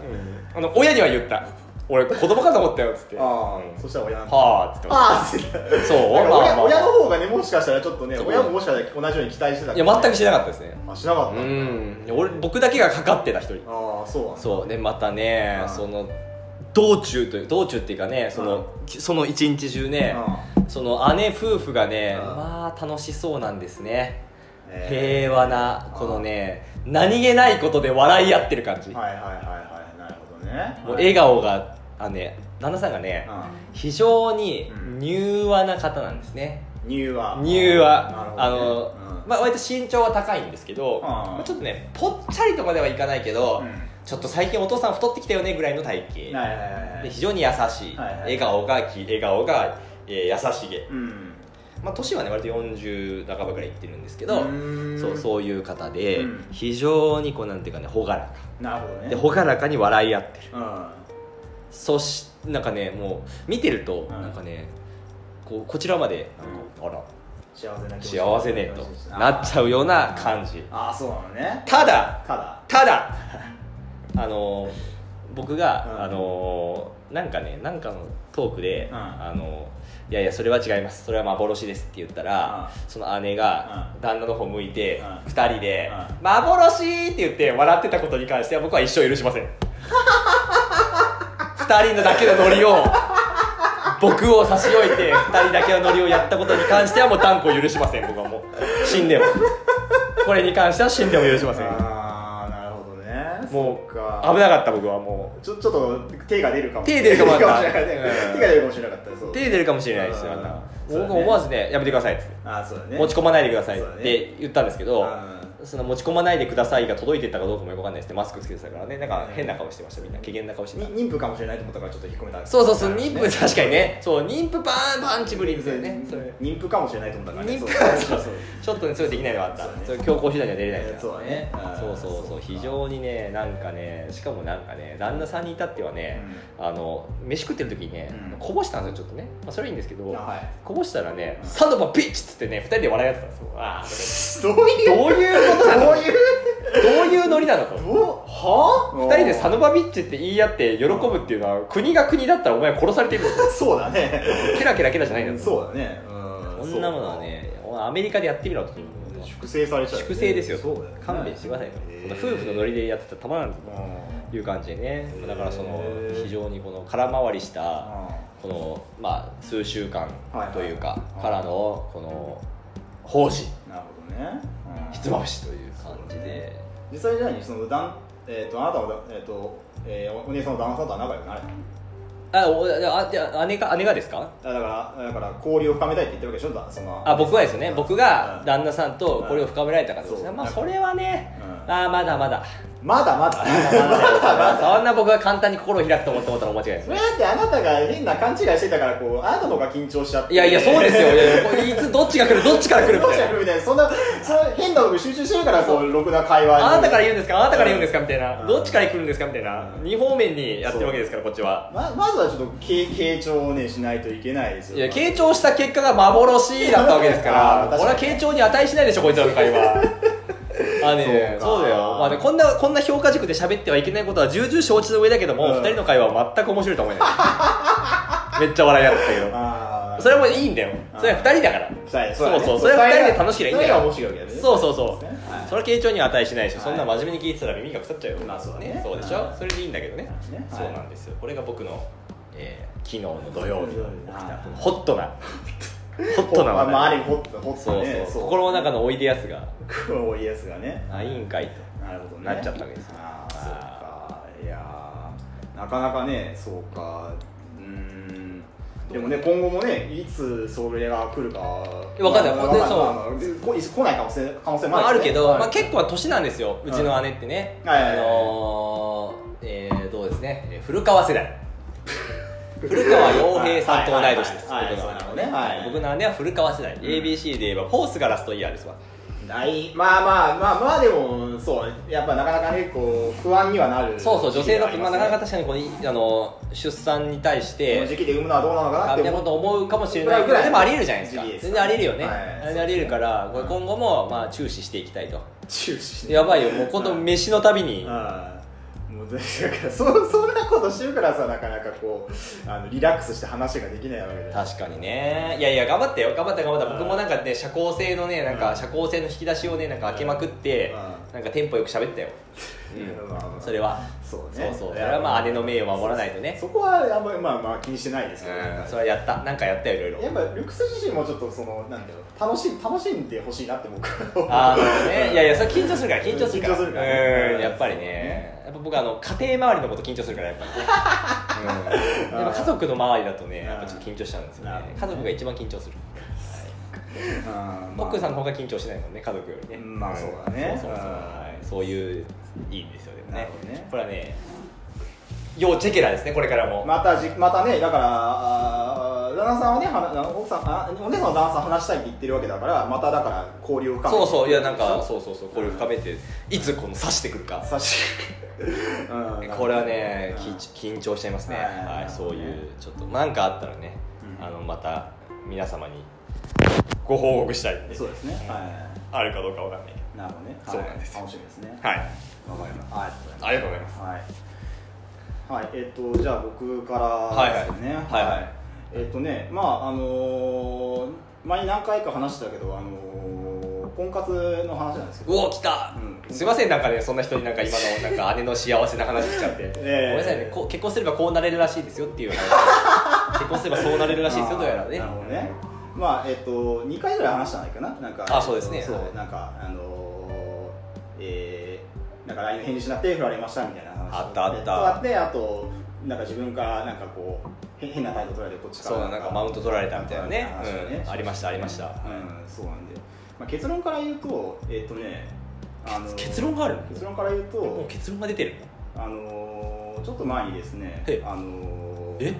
S1: うん
S2: ー
S1: あの親には言った俺子供かと思ったよっつって
S2: あー
S1: うん
S2: そしたら親なんだ
S1: はあっつってま
S2: ああ
S1: したそう
S2: 親
S1: まあま
S2: 親の
S1: あ
S2: 方がねもしかしたらちょっとね
S1: そう
S2: 親ももしかしたら同じように期待してた
S1: いや全く
S2: く
S1: しなかったですね
S2: あしなか
S1: う
S2: った
S1: ん俺僕だけがかかってた一人
S2: ああそうなんだ
S1: そうねまたね
S2: うん
S1: その道中という道中っていうかねそのその一日中ね
S2: うん
S1: その姉夫婦がね
S2: うん
S1: まあ楽しそうなんですね
S2: へ
S1: 平和なこのね何気ないことで笑い合ってる感じ、
S2: えはいはいはいはいなるほどね
S1: もう笑顔があのね旦那さんがね非常に柔和な方なんですね、
S2: 乳は
S1: 乳は、
S2: な
S1: あ
S2: るほど
S1: の、
S2: ね
S1: まあ割と身長は高いんですけど、
S2: ん
S1: まあちょっとねぽっちゃりとかではいかないけど、
S2: うんうん
S1: ちょっと最近お父さん太ってきたよねぐらいの体型、
S2: はいはいはいは
S1: で
S2: い
S1: 非常に優しい、
S2: はいはい
S1: 笑顔がき笑顔が、えー優しげ、
S2: うん
S1: まあ、年はね割と40半ばぐらいいってるんですけど、
S2: ん
S1: そうそういう方で、
S2: うん
S1: 非常にこうなんていうかね朗らか
S2: なるほどね
S1: で朗らかに笑い合ってる
S2: うん
S1: そしなんかねもう見てると、
S2: うん
S1: なんかねこうこちらまでなんか、あら
S2: 幸せな気持ち
S1: 幸せねえとなっちゃうような感じ
S2: ああそうなのね
S1: ただ
S2: ただ
S1: た だあのー僕が、
S2: うん
S1: あのーなんかねなんかのトークで、
S2: うん
S1: あのーいやいやそれは違いますそれは幻ですって言ったら、その姉が
S2: うん
S1: 旦那の方向いて、
S2: うん
S1: 二人で
S2: う
S1: 「幻!」って言って笑ってたことに関しては僕は一生許しません 二人のだけのノリを僕を差し置いて二人だけのノリをやったことに関してはもう断固許しません僕はもう死んでもこれに関しては死んでも許しません
S2: ああなるほどね
S1: も
S2: そっ
S1: う
S2: か
S1: 危なかった僕はも
S2: ちょちょっと手が出るかも
S1: 手出るかも
S2: 手が
S1: あった
S2: 出るかもしれな
S1: う
S2: い
S1: ん
S2: 手が出るかもしれなかったそう
S1: う手出るかもしれないですよあんな
S2: そうだね
S1: 僕思わずねやめてくださいっつって
S2: ああそうだね
S1: 持ち込まないでくださいっ
S2: そうだ
S1: て
S2: ね
S1: 言ったんですけど
S2: うん
S1: その持ち込まないでくださいが届いてったかどうかもよくわかんないですねマスクつけてたからねなんか変な顔してましたみんな機嫌な顔して
S2: に
S1: た
S2: 妊婦かもしれないと思ったからちょっと引っ込めた
S1: そうそうそう
S2: なる
S1: 妊
S2: ほ
S1: 婦
S2: どね
S1: 確かにね そう妊婦パンパンチブリみたいなねそれ
S2: 妊婦かもしれないと思ったからね
S1: 妊婦
S2: そうそうそう
S1: ちょっとねそれできないのがあった
S2: そうだね
S1: それ強行手段には出れないから
S2: そうだねあー
S1: そうそうそう
S2: そうか
S1: 非常にねなんかねしかもなんかね旦那さんに至ってはね、あの飯食ってる時にね、
S2: うん
S1: こぼしたんですよちょっとね、まあ、それはいいんですけど
S2: うんあはい
S1: こぼしたらね「
S2: うん
S1: サンドバピッチ!」っつってね2人で笑い合ってたんですよあ
S2: どう
S1: ーどういうことなの
S2: ど
S1: ど
S2: ういう
S1: ういうノリなのと
S2: どうは
S1: 2人でサンドバピッチって言い合って喜ぶっていうのは国が国だったらお前殺されてるよ
S2: そうだね
S1: ケラケラケラじゃないんだぞ
S2: そうだね
S1: こ
S2: こ
S1: んなものはねお前アメリカでやってみろと
S2: 粛清されちゃうよね
S1: 粛清ですよ
S2: そうだね
S1: 勘弁してくださいよ
S2: へー
S1: 夫婦のノリでやってたらたまらんぞ
S2: うん
S1: という感じでねだからその
S2: へー
S1: 非常にこの空回りした
S2: あ
S1: この、まあ、数週間という
S2: は
S1: か
S2: いはい
S1: からのこの奉仕
S2: ーなるほどねうん
S1: ひつまぶしという感じで
S2: 実際じゃあそのだんえっとあなたはだえっとえーおお姉さんの旦那さんとは仲良くなれたの
S1: あおあじゃあ姉が姉がですか
S2: だからだから交流を深めたいって言ってるわけでしょだその
S1: あ僕はですね僕が
S2: うん
S1: 旦那さんとこれを深められたからですね
S2: うん
S1: まあそれはね
S2: うん
S1: あーまだまだ
S2: まだまだ
S1: そんな僕が簡単に心を開くと思ったことは大違いです
S2: それ
S1: ね
S2: だってあなたが変な勘違いしてたからこうあなたの方が緊張しちゃってい
S1: いやいやそうですよいやいやこれいつどっちが来るどっちから来るみ
S2: どう
S1: た
S2: し
S1: い
S2: た
S1: な
S2: らみたいなそんなその変なことに集中してるからこうろくな会話に
S1: あなたから言うんですかあなたから言うんですかみたいな
S2: うん
S1: どっちから来るんですかみたいな
S2: うん
S1: 2方面にやってるわけですからこっちは
S2: ままずはちょっと傾傾聴をねしないといけないですよ
S1: いや、傾聴した結果が幻だったわけですか
S2: あー
S1: ら、
S2: 確
S1: 俺は
S2: かに
S1: 傾聴に値しないでしょ、こいつらの会 話。あね、
S2: そうか
S1: そうだよ、まあね、こんなこんな評価軸で喋ってはいけないことは重々承知の上だけども、
S2: うん
S1: 二人の会話は全く面白いと思えないめっちゃ笑い合ってたけど
S2: あー
S1: それもいいんだよそれは二人だから
S2: そうだね
S1: そうそうそ
S2: そ
S1: れ
S2: れ
S1: は
S2: は
S1: 二人で楽しけりゃいいんだよ
S2: それが面白いわけだよね
S1: そうそうそう
S2: ですねはい
S1: それは傾聴には値しないでしょ
S2: はい
S1: そんな真面目に聞いてたら耳が腐っちゃうよ
S2: まあそうだね
S1: そうでしょ
S2: はい
S1: それでいいんだけどね
S2: はいね
S1: そうなんですよこれが僕のえー昨日の土曜日の起きた
S2: はい
S1: ホットなホットな
S2: ま
S1: 話
S2: あ
S1: 題
S2: まあある意味ホットホッ
S1: そ
S2: ト
S1: う
S2: ね
S1: そう心の中のおいでやすが
S2: 心のイエスがね
S1: あいいんかいと
S2: なるほどね
S1: なっちゃったわけですよ
S2: ああそうかいやーなかなかねそうかうーんでもね今後もねいつそれが来るか
S1: わかんない
S2: まあ
S1: 本当に
S2: まあまあまあこいつ来ない可能性可能性も
S1: まあ、あ
S2: あ
S1: る
S2: る
S1: けど、まあ、
S2: はい
S1: 結構は年なんですようちの姉ってね、
S2: はいは
S1: あ
S2: いはい
S1: のーえーどうですねえー古川世代古川洋平さんと同い年です
S2: はいはいはいは
S1: 僕
S2: い
S1: の姉はね
S2: そうなのねはい
S1: 僕の姉は古川世代、
S2: ん
S1: ABC で言えばフォースがラストイヤーですわ
S2: ないまあまあまあまあでもそうやっぱなかなかねこう不安にはなる
S1: そうそう女性だって、
S2: 時期
S1: ま
S2: が
S1: あ、
S2: あ
S1: な
S2: り
S1: かなか
S2: ますね
S1: 確かにこのあの出産に対し
S2: この
S1: て
S2: 時期で産むのはどうなのかな
S1: ダ
S2: って
S1: メな こと思うかもしれないけ
S2: ぐら
S1: ど
S2: い
S1: でもありえるじゃないですか
S2: ギリです
S1: 全然ありえるよね、
S2: はい
S1: 全然ありえるから、これ
S2: うん
S1: 今後もまあ注視していきたいと
S2: 中止して
S1: やばいよもう今度
S2: はい
S1: 飯のたびに
S2: ああもうだからそそんなことしてるからさなかなかこうあのリラックスして話ができないわけで
S1: 確かにねいやいや頑張ってよ頑張った頑張った僕もなんかね社交性のねなん
S2: う
S1: か
S2: ん
S1: 社交性の引き出しをねなんか開けまくって
S2: うん
S1: なんかテンポよく喋ったよ、うん、それは
S2: そう
S1: そう
S2: ね
S1: そうそれはまあ姉の名誉を守らないとね
S2: そこはあんまりまあまあ気にしてないですけど、な
S1: う
S2: んか
S1: んそれはやったなんかやったよいろい
S2: やっ
S1: ろ
S2: ぱルクス自身もちょっとそのなんだろう楽しん楽しんでほしいなって僕は
S1: あのねいやいやそれ緊張するから緊張するから
S2: 緊張するからね
S1: うんやっぱりねやっぱ僕あの家庭周りのこと緊張するからやっぱりね、うん、やっぱ家族の周りだとねやっぱちょっと緊張しちゃうんですよね
S2: なるほどね
S1: 家族が一番緊張する
S2: あー
S1: ト
S2: まあ
S1: ックンさんの方が緊張しないもんね家族よりね
S2: まあそうだね
S1: そうそうそう
S2: うん
S1: はいそういういいんですよでも
S2: な
S1: ね
S2: るほどね
S1: これはね要チェケラですねこれからも、
S2: またじまたねだからあー旦那さんはねはな奥さんあお姉さんの旦那さん話したいって言ってるわけだからまただから交流を深め
S1: そ
S2: て
S1: うそういやなんかそうそうそうこれ深めていつこの刺してくるか
S2: 差し、うん
S1: これはね
S2: うん
S1: 緊緊張しちゃいますね、
S2: はい
S1: はい
S2: なるほ
S1: そう
S2: どね
S1: いうちょっとなんかあったらね、
S2: うん
S1: あのまた皆様にご報告したいんで
S2: そうですね
S1: ん
S2: は
S1: あるかどうかわかんないけ
S2: いなるほどねはい
S1: そうなんですよ
S2: 楽しみですね
S1: どはい
S2: わかりましたはいあ
S1: あ
S2: りがとうございます
S1: りがとうございます
S2: はい、はい、えっ、とじゃあ僕からですね
S1: はいはいはいはい
S2: えっ、とねまああのー前に何回か話したけどあのー婚活の話なんですけ
S1: う
S2: ど
S1: お来た、
S2: うん
S1: すいませんなんかねそんな人になんか今のなんか姉の幸せな話 しちゃって、ご
S2: え
S1: めんなさいねこう結婚すればこうなれるらしいですよっていう話 結婚すればそうなれるらしいですよどうやらね
S2: あーなるほどねまあえっ、と2回ぐらい話したんじゃないかななんか
S1: あそうですね
S2: そう、
S1: はい
S2: なんかあのーえーなんか LINE の返事しなくて振られましたみたいな話
S1: あったあった
S2: えとあってあとなんか自分からなんかこう変変な態度取られてこっちか
S1: そう
S2: ら
S1: なんかマウント取られたみたいなね
S2: 話をね
S1: うん、ありましたありました、
S2: うん、そうなんで、まあ、結論から言うとえっ、とねあの
S1: 結論があるの
S2: 結論から言う
S1: もう
S2: と
S1: 結論が出てる
S2: あのちょっと前にですね
S1: え
S2: あの
S1: え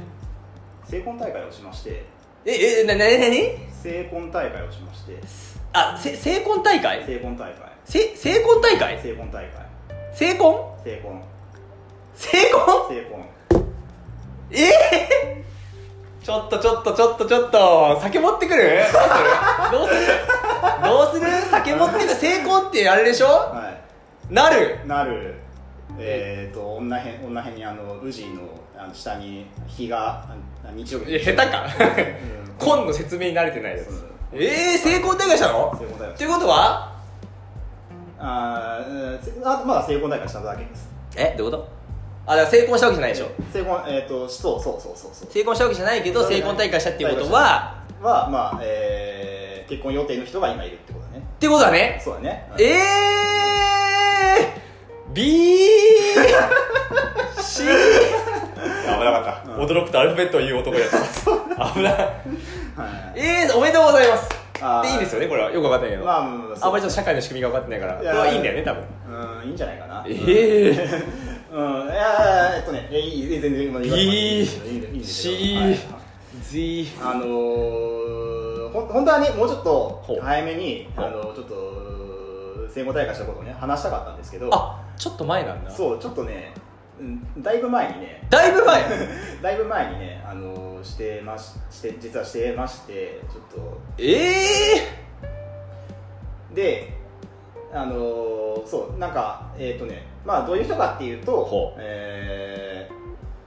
S2: 成婚大会をしまして
S1: ええなななに
S2: 成婚大会をしまして
S1: あせ成婚大会
S2: 成婚大会
S1: せ成婚大会
S2: 成婚大会
S1: 成婚
S2: 成婚
S1: 成婚
S2: 成婚
S1: ええちょっとちょっとちょっとちょっと酒持ってくるどうするどうするどうする酒持ってくる成婚ってあれでしょ
S2: は
S1: なる
S2: いなるえっ、と女編女編にあの宇治のあの下に日があ日曜日
S1: いや下手か
S2: うん
S1: 今の説明に慣れてないやつ
S2: そう
S1: ええ成婚大会したの
S2: 成婚大
S1: っ
S2: 会
S1: ていうことは
S2: あーうんせあまだ成婚大会しただけです
S1: えどういうことあだから成婚したわけじゃないでしょ
S2: 成婚えっ、とそうそうそうそうそう
S1: 成婚したわけじゃないけど成婚大会したっていうことは
S2: は、まあえー結婚予定の人が今いるってことだね
S1: ってことだね
S2: そうだね
S1: ええー、B C 危なかった、
S2: うん
S1: 驚くとアルファベットを言う男やった危ない
S2: はい
S1: えー、おめでとうございます
S2: あー
S1: でいいですよねこれはよく分かってないけど、
S2: まあまあまあまあ
S1: あんまりちょっと社会の仕組みが分かってないから
S2: い
S1: これ
S2: やー
S1: はいいんだよね多分
S2: うんいいんじゃないかな
S1: ええ
S2: うんいやえっとねいやいいいい全然今言わなくてもいいんだけどいいんだけどいいんだけど
S1: C
S2: はい
S1: Z
S2: あのー、ほん本当はねもうちょっと
S1: ほう
S2: 早めに
S1: ほう
S2: あのちょっと戦後大会したことをね話したかったんですけど
S1: あちょっと前なんだ
S2: そうちょっとね、うん、だいぶ前にね
S1: だいぶ前
S2: だいぶ前にねあのーしてましして実はしてましてちょっと
S1: ええ
S2: であのーそうなんかえっ、とねまあどういう人かっていうと
S1: ほう
S2: え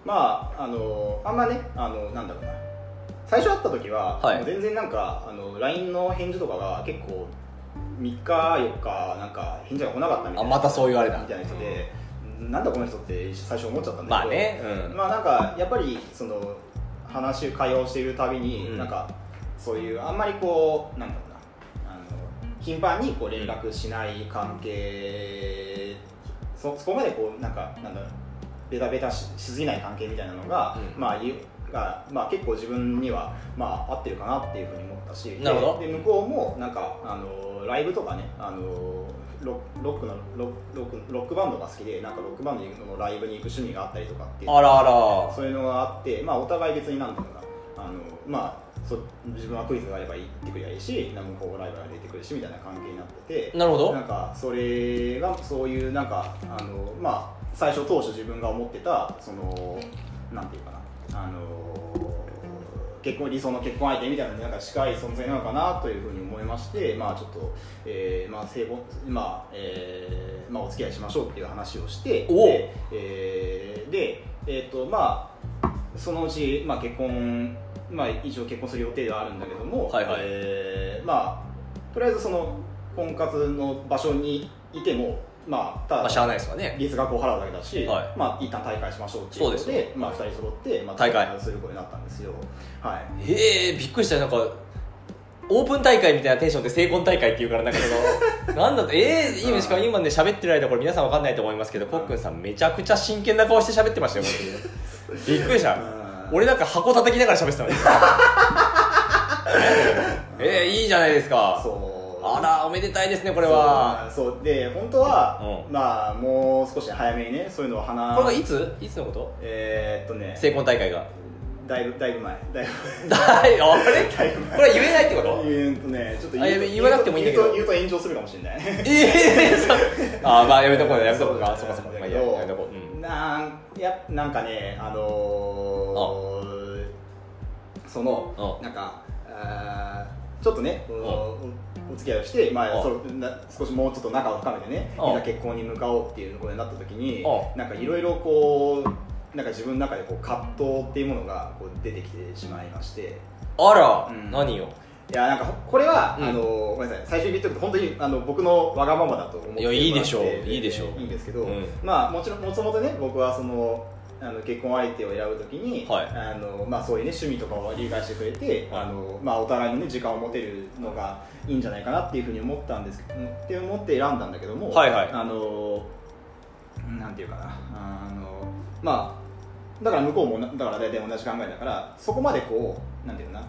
S2: ーまああのーあんまねあのなんだろうな最初会った時は、
S1: はい
S2: もう全然なんかあの LINE の返事とかが結構3日4日なんか返事が来なかったみた
S1: あ
S2: いな
S1: またそう言われた
S2: みたいな人で、なんだこの人って最初思っちゃったんだ
S1: ま
S2: けど
S1: あねうん
S2: まあなんかやっぱりその話会話をしているたびに、
S1: うん
S2: なんかそういうあんまりこうなんだろうなあの頻繁にこう連絡しない関係、そそこまでこうなんかなんだろうベタベタししすぎない関係みたいなのが、
S1: うん
S2: まあいがまあ、結構自分には、まあ、合ってるかなっていうふうに思ったしで
S1: なるほど
S2: で向こうもなんかあのライブとかねあのロロックのロロックロックバンドが好きでなんかロックバンドのライブに行く趣味があったりとかっていう
S1: あらあら
S2: そういうのがあって、まあ、お互い別になんだろうなあの、まあ、そ自分はクイズがあれば行ってくりゃいいしなんかこうライブが出てくるしみたいな関係になってて
S1: なるほど
S2: なんかそれがそういうなんかあの、まあ、最初当初自分が思ってたそのなんていうかなあの結婚理想の結婚相手みたいなのになんか近い存在なのかなというふうに思いまして、まあ、ちょっと、えーまあ成婚まあえーまあ、お付き合いしましょうっていう話をして
S1: おう
S2: でえーで、えーとまあ、そのうち、まあ、結婚、まあ、一応結婚する予定ではあるんだけども、
S1: はいはい
S2: えーまあ、とりあえずその婚活の場所にいてもまあた
S1: まあ、
S2: だ
S1: しゃあないですわね
S2: 月額を払うだけだし、
S1: はい
S2: まあ一旦大会しましょうっていうこと
S1: そう
S2: で
S1: です
S2: まあ、2人揃って、まあ、
S1: 大会
S2: をすることになったんですよはい
S1: ええびっくりしたなんかオープン大会みたいなテンションで成婚大会っていうからなんかその なんだってええ今しかも今ね喋ってる間これ皆さんわかんないと思いますけどこっくんさんめちゃくちゃ真剣な顔して喋ってましたよ本 当にびっくりした
S2: うん
S1: 俺なんか箱叩きながら喋って たのにええいいじゃないですか
S2: そう
S1: あらおめでたいですねこ
S2: こ
S1: れは
S2: そうで本当は、
S1: う
S2: まあもう少し早めにねそういうのを話
S1: これがいついつのこと
S2: えー、っとね
S1: 成婚大会が
S2: だいぶだいぶ前だいぶ
S1: だいあれ
S2: だいぶ
S1: これは言えないってこ
S2: 前
S1: と
S2: 言うとねちょっと
S1: あ
S2: 言
S1: や
S2: う
S1: べ
S2: と
S1: 言わなくてもいいんだけど
S2: 言うと言うと炎上するかもしれない
S1: ええそう あーまあやめとこうやめとこうか
S2: そ
S1: そうう
S2: だ
S1: か
S2: ね
S1: そうかまあいいややめとこう、うん
S2: なんやなんかねあのー、その
S1: う
S2: なんかあーちょっとねおお付き合いをして、まあ、
S1: うん
S2: そのな少しもうちょっと仲を深めてねい
S1: うん
S2: ざ結婚に向かおうっていうことになった時に
S1: う
S2: なんかいろいろこうなんか自分の中でこう葛藤っていうものがこう出てきてしまいまして
S1: あら、
S2: うん
S1: 何よ
S2: いやなんかこれは、
S1: うん
S2: あのごめんなさい最初に言っとくと本当にあの僕のわがままだと思って
S1: いやいいでしょう
S2: もらって
S1: いいでしょう
S2: いいんですけど、
S1: うん
S2: まあもちろんもともとね僕はそのあの結婚相手を選ぶときに、
S1: はい
S2: あのまあ、そういう、ね、趣味とかを理解してくれて、
S1: はい
S2: あのまあ、お互いに、ね、時間を持てるのがいいんじゃないかなっていうふうに思ったんですけどって思って選んだんだけども、
S1: はいはい
S2: あのなんていうかなあのまあだから向こうもなだから大体同じ考えだからそこまでこうなんていうのかな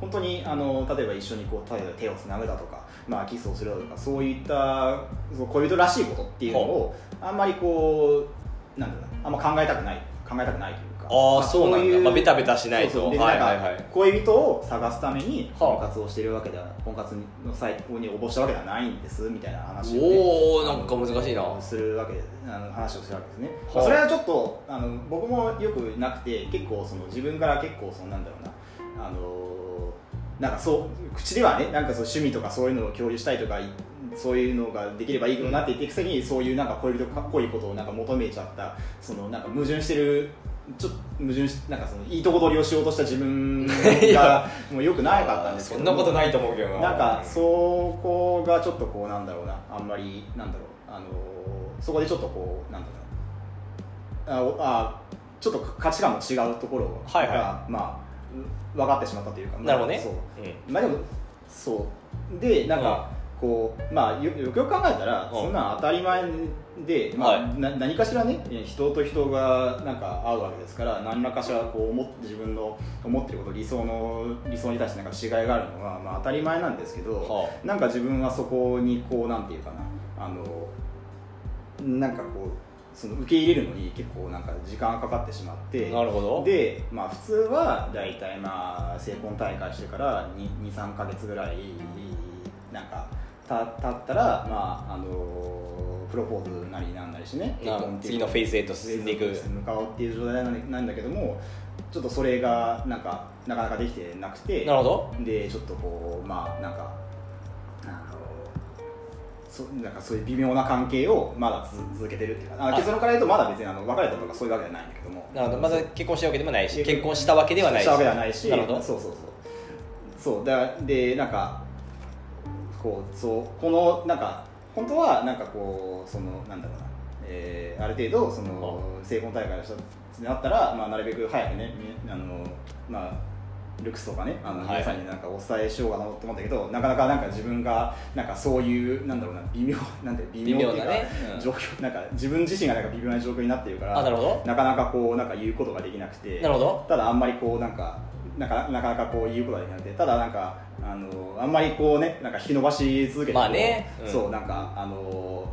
S2: 本当にあの例えば一緒にこう例えば手をつなぐだとか、まあ、キスをするだとかそういったその恋人らしいことっていうのをあんまりこうなんていうのかなあんま考えたくない考えたくないというか
S1: あ
S2: ま
S1: あそうなんだ
S2: いう
S1: まあ、ベタベタしないと
S2: そうそうで
S1: はい
S2: な
S1: は
S2: ん
S1: い
S2: か
S1: はい
S2: 恋人を探すために
S1: は
S2: 婚
S1: あ
S2: 活をしているわけでは婚活の最高に応募したわけではないんですみたいな話を、ね、
S1: おおなんか難しいな
S2: するわけであの話をするわけですね、
S1: はあ
S2: まあそれはちょっとあの僕もよくなくて結構その自分から結構そのなんだろうなあのなんかそう口ではねなんかそう趣味とかそういうのを共有したいとかいそういうのができればいいのなって言ってくせに、そういうなんか恋人かっこいいことをなんか求めちゃったそのなんか矛盾してるちょっと矛盾しなんかそのいいとこ取りをしようとした自分
S1: い
S2: が
S1: や
S2: もうよくなかったんですけ
S1: そ
S2: ど
S1: んなことないと思うけどな
S2: なんかそこがちょっとこうなんだろうなあんまりなんだろうあのーそこでちょっとこうなんだろうなあおあちょっと価値観の違うところが、
S1: はいは
S2: まあ分かってしまったというか
S1: なるほどね
S2: そう
S1: う
S2: まあでもそうでなんか、こうまあ、よよくよく考えたら、
S1: うん
S2: そんなん当たり前で、まあ
S1: は
S2: な何かしらね人と人がなんか会うわけですから何らかしらこう思っ自分の思ってること理想の理想に対してなんか違いがあるのは、まあ、当たり前なんですけど、
S1: んは
S2: なんか自分はそこにこうなんていうかなあのなんかこうその受け入れるのに結構なんか時間がかかってしまって
S1: あ、なるほど
S2: で、まあ、普通は大体まあ成婚大会してから23か月ぐらいなんかた経ったら、まあ、あのプロポーズなりなんなりしてね
S1: な
S2: 結婚っていう
S1: 次のフェーズへと進んでいく
S2: 向かおうっていう状態なんなんだけどもちょっとそれがなんかなかなかできてなくて
S1: なるほど
S2: でちょっとこうまあなんかあのそなんかそういう微妙な関係をまだ続続けてるっていうかあ
S1: あ
S2: 結論から言うとまだ別にあの別れたとかそういうわけじゃないんだけども
S1: なるほどまだ結婚したわけでもないし
S2: 結
S1: 結婚したわけではない
S2: し
S1: した
S2: わけではないし
S1: なるほど
S2: そうそうそうそうだでなんかこうそうこのなんか本当はなんかこうそのなんだろうな、えーある程度その成婚大会をしたってなったら、まあ、なるべく早くねみあのまあルックスとかねあの
S1: はい
S2: 皆さんになんかお伝えしようかなと思ったけど、なかなかなんか自分がなんかそういうなんだろうな微妙なんて微妙ってい
S1: 微妙な
S2: うか、
S1: ねうん
S2: 状況なんか自分自身がなんか微妙な状況になってるから
S1: あなるほど
S2: なかなかこうなんか言うことができなくて
S1: なるほど
S2: ただあんまりこうなんかなかなかなかこう言うことができなくてただなんかあのあんまりこうねなんか引き延ばし続けても
S1: まあねうん
S2: そうなんかあの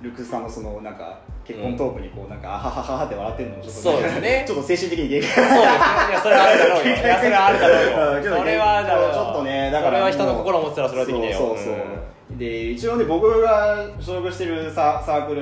S2: ルックスさんのそのなんか結婚トークにこうなんか、あははははって笑ってるのもちょっと
S1: そうですね
S2: ちょっと精神的に限界
S1: そうですねいやそれはある だろうよいやそれはあるだろうよ
S2: うん
S1: それはあるだろうよ
S2: ちょっとねだから
S1: それは人の心を持ってたらそれはできねえよ
S2: そうそうそう、で一応ね僕が所属してるササークル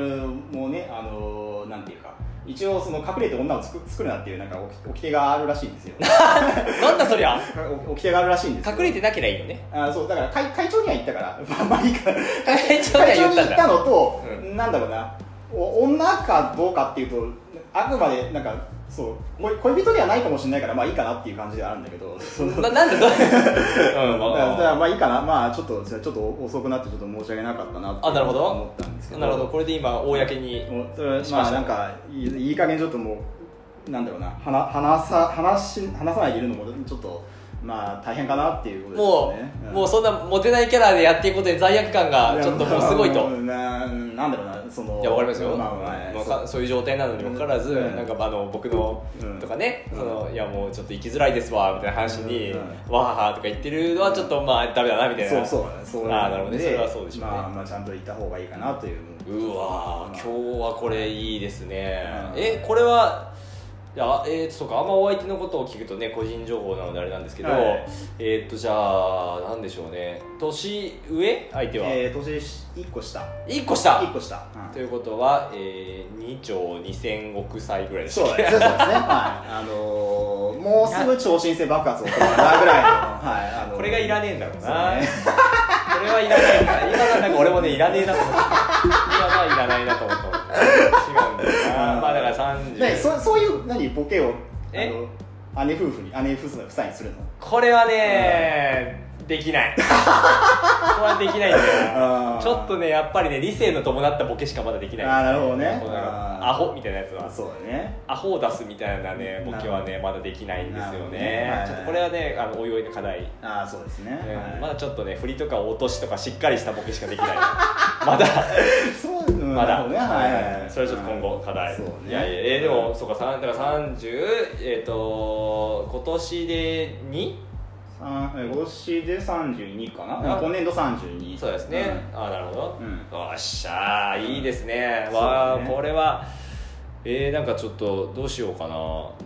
S2: もねあのなんていうか一応その隠れて女を作作るなっていうなんかおき掟があるらしい んですよ
S1: うんなんだそりゃ
S2: お掟があるらしいんですよ
S1: 隠れてなけりゃいいのね
S2: あそうだから会会長には言ったから、 まあ、まあいいか
S1: 会長には
S2: 会長
S1: 言っ
S2: に
S1: た
S2: 言
S1: ん
S2: った
S1: だ
S2: のと、
S1: う
S2: なんだろうなお女かどうかっていうとあくまでなんかそう恋恋人にはないかもしれないからまあいいかなっていう感じではある んだけどその
S1: ななんでどううんま
S2: だからだから
S1: あ
S2: まあいいかなまあちょっとちょっと遅くなってちょっと申し訳なかったなって
S1: あなるほど
S2: 思ったんですけど
S1: なるほどこれで今公に
S2: もうそれは
S1: しま
S2: ま
S1: し
S2: あ
S1: た
S2: なんかいいいい加減ちょっともうなんだろうな話話さ話し話さないでいるのもちょっとまあ大変かなっていうこと
S1: も
S2: ですね
S1: う、
S2: ん
S1: もうそんなモテないキャラでやっていくことに罪悪感がちょっともうすごいと
S2: やななんだろうなその
S1: いやわかりますよ、
S2: まあまあ
S1: まあ
S2: そう
S1: かそういう状態なのにもかかわらず、
S2: うん
S1: なんかあの僕の
S2: うん
S1: とかね、
S2: うん
S1: そのいやもうちょっと生きづらいですわみたいな話に、
S2: うん
S1: わははとか言ってるのはちょっとまあダメだなみたいな
S2: そうそうそう
S1: あーなるほどねそれはそうでしょうね
S2: まあまあちゃんと言った方がいいかなという
S1: うわー今日はこれいいですね、
S2: うん
S1: えこれはいやえー、そうかあんまお相手のことを聞くとね個人情報なのであれなんですけど、
S2: はい
S1: えーっとじゃあなんでしょうね年上相手は、
S2: えー、年し一個下
S1: 一1個下
S2: 一個下、うん
S1: ということは、えー、2兆2000億歳ぐらいでし
S2: そう
S1: たっ
S2: そう
S1: け
S2: ですね、はい、あのーもうすぐ超新星爆発を起こるかなぐらいの、はい、あのー
S1: これがいらねえんだろうな
S2: そうね
S1: これはいらないんだ今のなんか俺もねいらねえなと思って今はいらないなと思った違うんだよなまあだから30、
S2: ね、そそういう何ボケを
S1: え
S2: あの姉夫婦に姉夫婦夫妻にするの
S1: これはね、できないこれはできないんだよ
S2: あー
S1: ちょっとねやっぱりね理性の伴ったボケしかまだできない
S2: あーなるほどね
S1: このなんか
S2: あー
S1: アホみたいなやつは
S2: あそうだね
S1: アホを出すみたいなねボケはねまだできないんです
S2: なる
S1: よ
S2: ほど
S1: ね
S2: ねはい
S1: ちょっとこれはねあのおいおいの課題
S2: ああそうですね、
S1: うん
S2: はい
S1: まだちょっとね振りとか落としとかしっかりしたボケしかできないまだ
S2: そう、うん、
S1: まだ、
S2: なるほどねはいはい
S1: それはちょっと今後課題、
S2: そうね
S1: いやいや、えーでもそうかさんだから30えっ、と今年で 2?
S2: さんえ今年で32かな
S1: あ
S2: 今年度32
S1: そうですね、ああなるほど、
S2: う
S1: よっしゃーいいですね、
S2: うん
S1: わ
S2: そ
S1: あ、
S2: うだね
S1: これはえー、なんかちょっとどうしようかな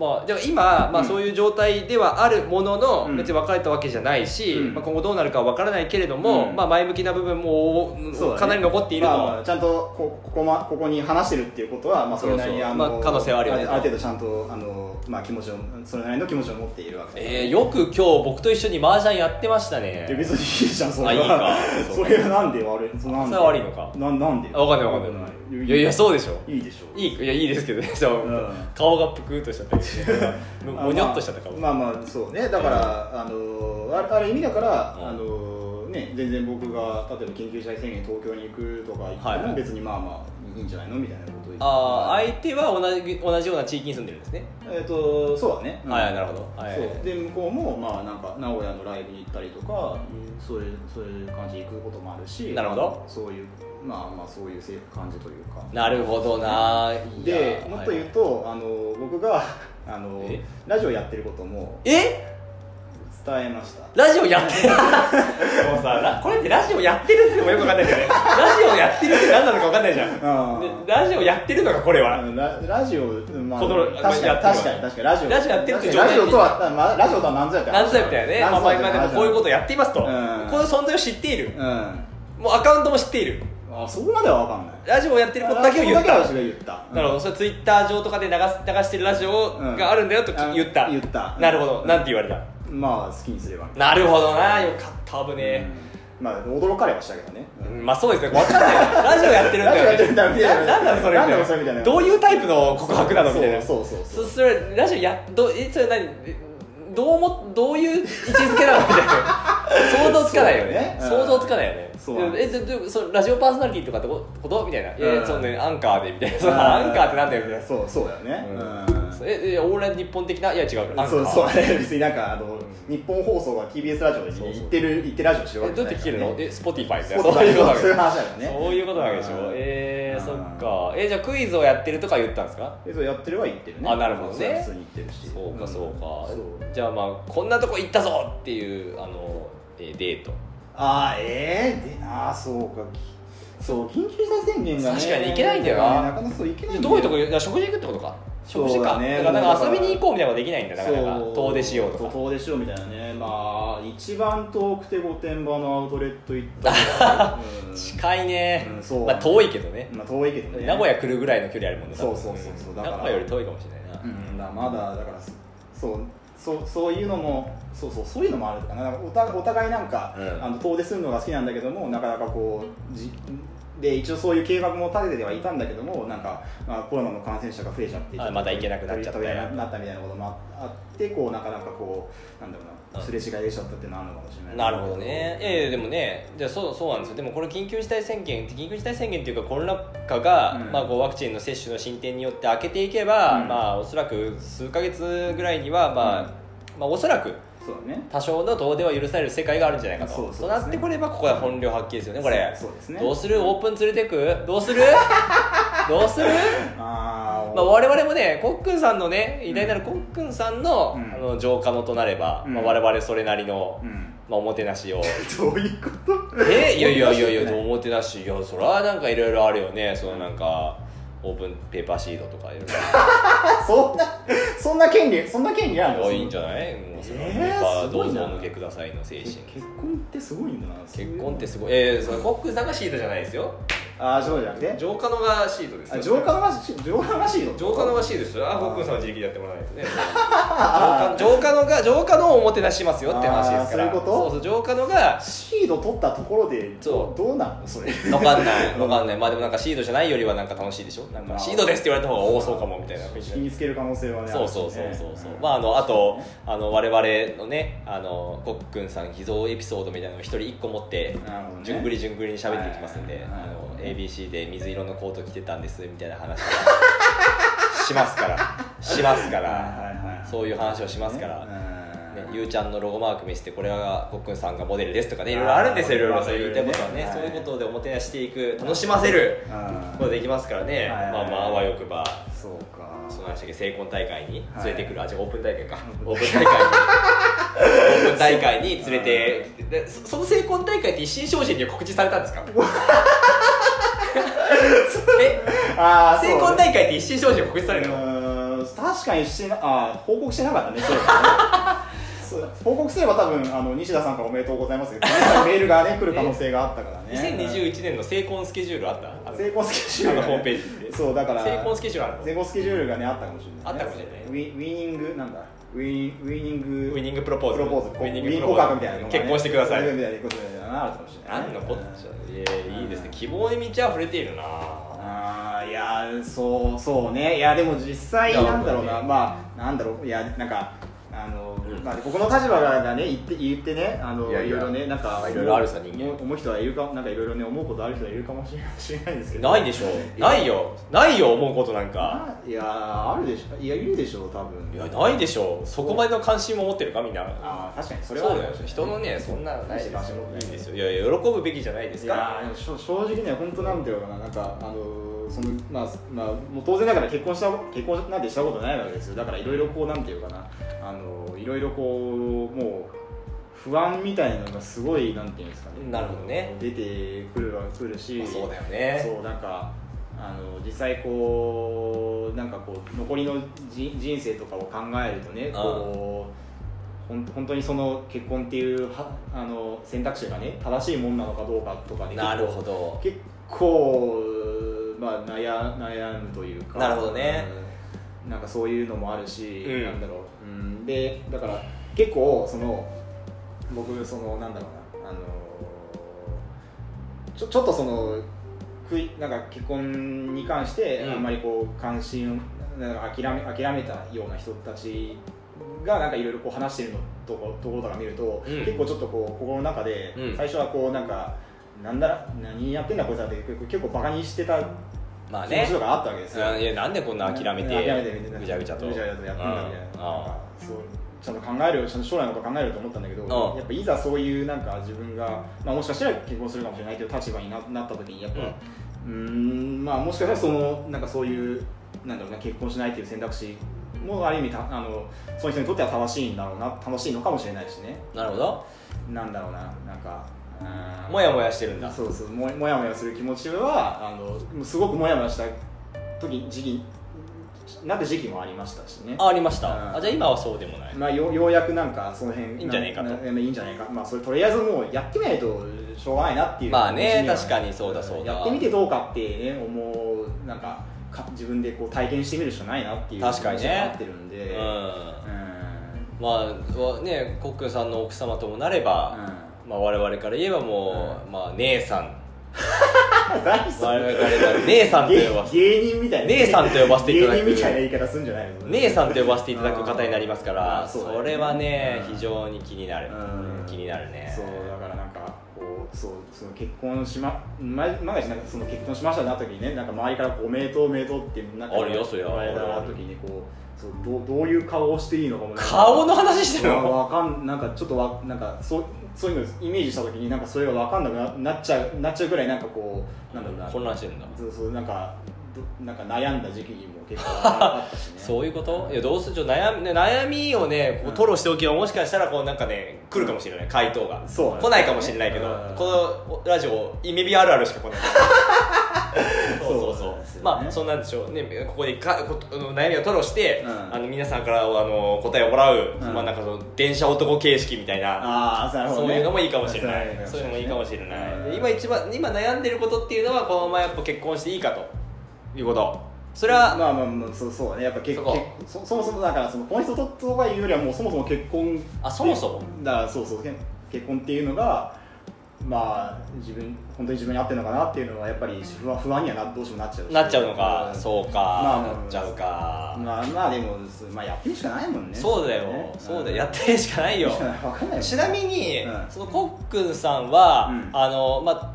S1: まあでも今、まあ、
S2: うん
S1: そういう状態ではあるものの、
S2: うん
S1: 別に別れたわけじゃないし、
S2: うん
S1: まあ、今後どうなるかは分からないけれども、
S2: うん
S1: まあ、前向きな部分も
S2: うんそうだね
S1: かなり残っていると、
S2: まあまあちゃんとこここ,、ま、ここに話してるっていうことは、まあ、それなりに
S1: そうそう
S2: あの、
S1: まあ可能性はあるよね
S2: ある程度ちゃんとあの、まあ、気持ちをそれなりの気持ちを持っているわけだ
S1: えー、よく今日僕と一緒に麻雀やってましたね
S2: いや別にいいじゃんそれは
S1: あいいか
S2: それはなんで悪いそれな
S1: そ
S2: んで
S1: れは悪いのか
S2: ななんで
S1: あわかんないわかんないいやいや
S2: う
S1: そうでしょ
S2: いいでしょう
S1: いいいやいいですけどね そう、
S2: うん
S1: 顔がぷくーっとしちゃったりしてももにょっとしちゃった顔、
S2: まあまあまあそうねだから、あのあるある意味だから、
S1: うん
S2: あのね全然僕が例えば緊急事態宣言東京に行くとか言っても、
S1: はいはい
S2: 別にまあまあいいんじゃないのみたいなことを言って
S1: ああ相手は同じ同じような地域に住んでるんですね、
S2: えっ、とそうだね、うん
S1: はいなるほど、はい、
S2: そうで向こうもまあなんか名古屋のライブに行ったりとかそういうそういう感じに行くこともあるし
S1: なるほど
S2: そういうまあまあそういうせ感じというか
S1: なるほどな
S2: でもっと言う
S1: う
S2: と、あの僕があの
S1: え
S2: ラジオやってることも
S1: え
S2: 伝えました
S1: ラジオやってる もうさラこれってラジオやってるってのもよくわかんないけどね ラジオやってるって何なのかわかんないじゃん
S2: あ
S1: で
S2: ー
S1: ラジオやってるのかこれは、
S2: あのララジオ、まあ、
S1: この
S2: 確
S1: まあ
S2: か
S1: やっ
S2: に確
S1: てるわ
S2: かに確かにラジオ
S1: ラジオやってるっていう
S2: ラジオとは、まあ、ラジオとは何ぞやって
S1: なんぞやみたいなね、まあ、まあ今でもこういうこととやっていますと、
S2: うん
S1: この存在を知っている
S2: うんあ
S1: もうアカウントも知っている
S2: そこまでは分かんない
S1: ラジオをやってることだけを言っ
S2: ラジオ
S1: た
S2: だけは私が言った
S1: なるほど、それツイッター上とかで流す流してるラジオがあるんだよと
S2: うん
S1: 言った、
S2: あ言った
S1: なるほど、なんて言われた
S2: まあ好きにすれば
S1: なるほどなよかった危ねえ、
S2: うんまあ驚かれはしたけどね、うん
S1: うんまあそうですね分かんないラジオやってるんだよ、ね、
S2: ラジオやってるんだよみたいな
S1: なんだろうそれ
S2: なんだろうそれみたいな
S1: どういうタイプの告白なのみたいな
S2: そうそうそうそう
S1: そそれラジオやどえそれ何えどうもどういう位置づけなのみたいな想像つかないよね
S2: そうねうん
S1: 想像つかないよね
S2: そうなん
S1: えでででそのラジオパーソナリティとかってことみたいな、いやいやそのねアンカーでみたいな、そのアンカーってなんだよみたいな
S2: そうそうだよね、う
S1: う
S2: ん
S1: ん、ええオーラ日本的ないや違うアンカー
S2: そうそう 別になんかあの日本放送が TBS ラジオで
S1: そうそう
S2: 行ってる行ってラジオしてるわ
S1: え
S2: け
S1: どうやって聞けるのえスポティファイみたいな
S2: そう
S1: そういうことなわけ
S2: そういう話だよね
S1: そういうことなわけでし
S2: う
S1: ょ
S2: ん
S1: えー、
S2: うん
S1: そっかえじゃあクイズをやってるとか言ったんですか
S2: えそうやってるは言ってるね
S1: あなるほどね
S2: そう普通に言ってるし
S1: そうか
S2: ん
S1: そうか、
S2: そう
S1: じゃあまあこんなとこ行ったぞっていうあの、えーデート
S2: あーえー、であーそうかきそう緊急事態宣言がね
S1: 確かに行けないんだよな
S2: なかなかそう行けないんだよ
S1: どういうとこいや食事行くってことか
S2: そう
S1: 食事か
S2: だね
S1: だからなんか
S2: だ
S1: 遊
S2: から
S1: びに行こうみたいなのができないんだなかなか
S2: そう
S1: 遠出しようとか
S2: 遠出しようみたいなねまあ一番遠くて御殿場のアウトレット行ったぐ らいうん
S1: 近いね、
S2: うんそう
S1: まあ遠いけどね
S2: まあ遠いけどね
S1: 名古屋来るぐらいの距離あるもんね多分
S2: そうそうそうそうんだか
S1: 名
S2: ら
S1: 古屋より遠いかもしれないな、
S2: うん、だまだだからそそうそうそういうのもそうそうそういうのもあるとかななんかおたお互いなんか、
S1: うん
S2: あの遠出するのが好きなんだけどもなかなかこうじで一応そういう計画も立ててはいたんだけどもなんか、まあ、コロナの感染者が増えちゃって
S1: あまた行けなくなっちゃった
S2: 取り取りなったみたいなこともああってこうなかなかこうなんだろう
S1: う
S2: なんすれ違いでしちゃったっていうのはあるのかもしれない
S1: なるほどねいやいやでもねじゃあそうそうなんですよでもこれ緊急事態宣言緊急事態宣言っていうかコロナ禍が、
S2: うん
S1: まあ、こうワクチンの接種の進展によって開けていけば、
S2: うん
S1: まあおそらく数ヶ月ぐらいにはまあ、
S2: うん
S1: まあおそらく
S2: そうだね
S1: 多少の遠出は許される世界があるんじゃないかと
S2: そうそうですね
S1: となってこればここは本領発揮ですよねこれ
S2: そうそうですね
S1: どうするオープン連れてくどうするどうする
S2: あー
S1: まあ、我々もねコックンさんのね偉大なるコックンさんの,、
S2: うん
S1: あの浄化のとなれば、
S2: うん
S1: まあ、我々それなりの、
S2: うん
S1: まあ、おもてなしを
S2: どういうこと
S1: えいやいやいやい
S2: おもてなしって
S1: や
S2: ない
S1: おもてなしいやそれはなんかいろいろあるよねそのなんかオープンペーパーシードとかいろい
S2: あそんなそんな権利そんな権利ある
S1: ろ
S2: の
S1: 多いいんじゃないもうそのペ
S2: えー
S1: ーパー
S2: すご
S1: どう
S2: いな
S1: ぞお向けくださいの精神
S2: 結婚ってすごいんだな
S1: 結婚ってすご
S2: そういう
S1: いえー、そのコックンさんがシードじゃないですよ
S2: のああそうじゃなくて
S1: 浄化のがシードです
S2: あ
S1: よ
S2: 浄化の話浄化の話の
S1: 浄化のが
S2: 話
S1: シードですよあコックンさんは自力でやってもらわないとね
S2: あー
S1: 浄化のが浄化のをおもてなししますよって話ですから
S2: あーそういうこと
S1: そうそう浄化のが
S2: シード取ったところで
S1: そ
S2: ど
S1: う
S2: どうなのそ れ
S1: わかんないわかんないまあでもなんかシードじゃないよりはなんか楽しいでしょなん
S2: ま
S1: か
S2: あ
S1: シードですって言われた方が多そうかもみたいな雰囲気
S2: 身につける可能性はね
S1: そうそうそうそうそう、
S2: ん
S1: まああのあとあの我々のねあのコックンさん秘蔵エピソードみたいなのを一人一個持って
S2: なるほどね
S1: 順繰り順繰りに喋っていきますんで、
S2: はい
S1: あの ABC で水色のコート着てたんですみたいな 話しますからしますか
S2: はい
S1: ら
S2: はいはい
S1: そういう話をしますから、
S2: ね
S1: ね
S2: うん、
S1: ゆうちゃんのロゴマーク見せてこれはコックンさんがモデルですとかねいろいろあるんですよいろいろそういう言いたいことはね、
S2: はい
S1: そういうことでおもてなししていく楽しませる
S2: あ
S1: こ
S2: ー
S1: とができますからね、
S2: はい
S1: まあまああわよくば
S2: そうか
S1: その話だけ成婚大会に連れてくる、あじゃあオープン大会か
S2: うん
S1: オープン大会にオープン大会に連れてでそその成婚大会って一新精進には告知されたんですか え
S2: あーそう
S1: 成婚大会って一新精進に告知されるの
S2: うーん確かにしてなあー報告してなかったねそ ういえばねそう報告すれば多分あの西田さんからおめでとうございますってメールがね来る可能性があったからね
S1: 2021年の成婚スケジュールあったあの
S2: 成功スケジュールが、
S1: あ
S2: ね、
S1: のホームページに
S2: そうだから
S1: 成婚スケジュールあるの
S2: 成功スケジュールがねあったかもしれない、ね、
S1: あったかもしれない
S2: ウィウィニングなんだウィウィニング
S1: ウィニングプロポーズ
S2: プロポーズ
S1: ウィニング
S2: ウ
S1: プ
S2: ィ
S1: ロ
S2: ン
S1: ポ
S2: 告白
S1: ー
S2: み
S1: ズ
S2: たいなのがね
S1: 結婚してくださ
S2: そうう
S1: い
S2: みたいなことだなあるかもしれないね
S1: 何のことでしょういやいいですね
S2: うん
S1: 希望に満ち溢れているな
S2: あーいやーそうそうねいやでも実際
S1: いや
S2: なんだろう
S1: 本
S2: な
S1: 当に
S2: まあなんだろういやなんかあの、
S1: うん
S2: まあ、僕の立場がね言って言ってねあの
S1: い
S2: い
S1: やいや
S2: ろいろねなんか
S1: いろいろあるさ人間
S2: 思う思う人はいるかなんかいろいろね思うことある人はいるかもしれないしれないですけど
S1: ないでしょうないよないよ思うことなんか
S2: あいやーあるでしょいやいるでしょ多分
S1: いやないでしょうそこまでの関心も持ってるかみんな
S2: ああ確かにそ
S1: そ
S2: れ
S1: れ
S2: は
S1: は
S2: ある
S1: だよ人のねそんなのないですよ
S2: 関心持ってない
S1: いいですよいやいや喜ぶべきじゃないです
S2: い
S1: か
S2: やーでもしょ正直ね本当なんだよななんかあのーそのまあまあもう当然だから結婚した結婚なんてしたことないわけですよだからいろいろこうなんていうかなあのーいろいろこうもう不安みたいなのがすごいなんていうんですかね
S1: なるほどね
S2: 出てくるはくるし、
S1: まあそうだよね
S2: そうなんかあの実際こうなんかこう残りのじ人生とかを考えるとねこうほん本当にその結婚っていうはあの選択肢がね正しいもんなのかどうかとかね
S1: なるほど
S2: 結構、まあ、悩悩むというか
S1: なるほどね、
S2: うんなんかそういうのもあるし、
S1: うん
S2: なんだろう、うん、でだから結構その僕そのなんだろうなあのちょちょっとそのくいなんか結婚に関して
S1: うん
S2: あんまりこう関心をなんか諦め諦めたような人たちがなんかいろいろこう話してるのとことことか見ると、
S1: うん
S2: 結構ちょっとこう心の中で、
S1: うん
S2: 最初はこうなんかなんだら何やってんだこいつらって結構バカにしてた
S1: まあ
S2: 気持
S1: ね
S2: ちとかあったわけですよ、
S1: うんいやなんでこんな諦めて
S2: 諦めてみたいな
S1: ぐちゃぐちゃと
S2: ぐちゃぐちゃとやってんだみたいななん
S1: うん
S2: かそうちゃんと考えるよちゃんと将来のこと考えると思ったんだけど、
S1: うん
S2: やっぱいざそういうなんか自分が、まあ、もしかしたら結婚するかもしれないけど立場にななった時にやっぱうーんまあもしかしたらそのなんかそういうなんだろうな結婚しないっていう選択肢もある意味たあのその人にとっては正しいんだろうな楽しいのかもしれないしね
S1: なるほど
S2: なんだろうななんかうーん
S1: もやもやしてるんだ
S2: そうそうももやもやする気持ちはあのすごくもやもやした時時期なって時期もありましたしね
S1: あありまし
S2: うん
S1: たあじゃあ今はそうでもない
S2: まあ、よようやくなんかその辺
S1: いいんじゃねえかと
S2: なないいんじゃないかまあそれとりあえずもうやってみないとしょうがないなっていう
S1: まあね
S2: 気持ちには
S1: 確かにそうだそうだ
S2: やってみてどうかってね思うなんかか自分でこう体験してみるしかないなっていう
S1: 確かにね
S2: 気持ちなってるんで
S1: う
S2: うん
S1: んまあわねコックンさんの奥様ともなれば、
S2: う
S1: まあ、我々から言えばもう、まあ、姉さん
S2: 何それ
S1: 我々姉さんと呼ばせて
S2: 芸芸人みたいな
S1: 姉さんと呼ばせていただく
S2: 芸人みたいな言い方するんじゃないの
S1: 姉さんと呼ばせていただく方になりますか
S2: あー
S1: ら
S2: そうだ
S1: そ
S2: よね
S1: れはね
S2: うん
S1: 非常に気になる
S2: うん
S1: 気になるね
S2: そうだからなんかこうそうその結婚しま前前がしなんかその結婚しましたなった時にねなんか周りからこうおめでとうおめでとうってなんか
S1: あるよそりゃ
S2: 言われた時にこうそうどうどういう顔をしていいのかもなんか
S1: 顔の話してる
S2: わ
S1: の
S2: わかんなんかちょっとわなんかそうそういうのイメージした時になんかそれがわかんなくななっちゃうなっちゃうぐらいなんかこうなんだろうな
S1: 混乱してるんだ
S2: そうそうなんかどなんか悩んだ時期にも結構あっ たしね
S1: そういうこといやどうするちょっと悩みね悩みをねこう吐露しておけばもしかしたらこうなんかね来るかもしれない回答が
S2: そうなんだ
S1: 来ないかもしれないけど
S2: うん
S1: このラジオイメビあるあるしか来ないそうそう
S2: そう
S1: そ
S2: なん
S1: う
S2: ですよね
S1: まあそんなんでしょうねここでかこあの悩みを吐露して、
S2: うん
S1: あの皆さんからあの答えをもらう、
S2: うん
S1: まあなんかその電車男形式みたいな
S2: ああなるほど
S1: そう
S2: ね
S1: いうのもいいかもしれない
S2: ね
S1: そういうのもいいかもしれな
S2: うん
S1: いで今一番今悩んでることっていうのはこのままやっぱ結婚していいかということそれは
S2: まあまあまあそうそうねやっぱ結
S1: そ
S2: 婚
S1: こ
S2: そそもそもだからその婚姻ととかいうよりはもうそもそも結婚
S1: あそもそも
S2: だからそうそうけん結婚っていうのがまあ自分本当に自分に合ってるのかなっていうのはやっぱり不安不安にはなどうしてもなっちゃうし
S1: なっちゃうのかそう
S2: まあ
S1: かなっちゃうか
S2: まあまあでも、まあ、やってみるしかないもんね
S1: そうだよそうだよやってるしか ないよ
S2: 分かんないもん
S1: ちなみに
S2: うん
S1: そのコックンさんは
S2: うん
S1: あのまあ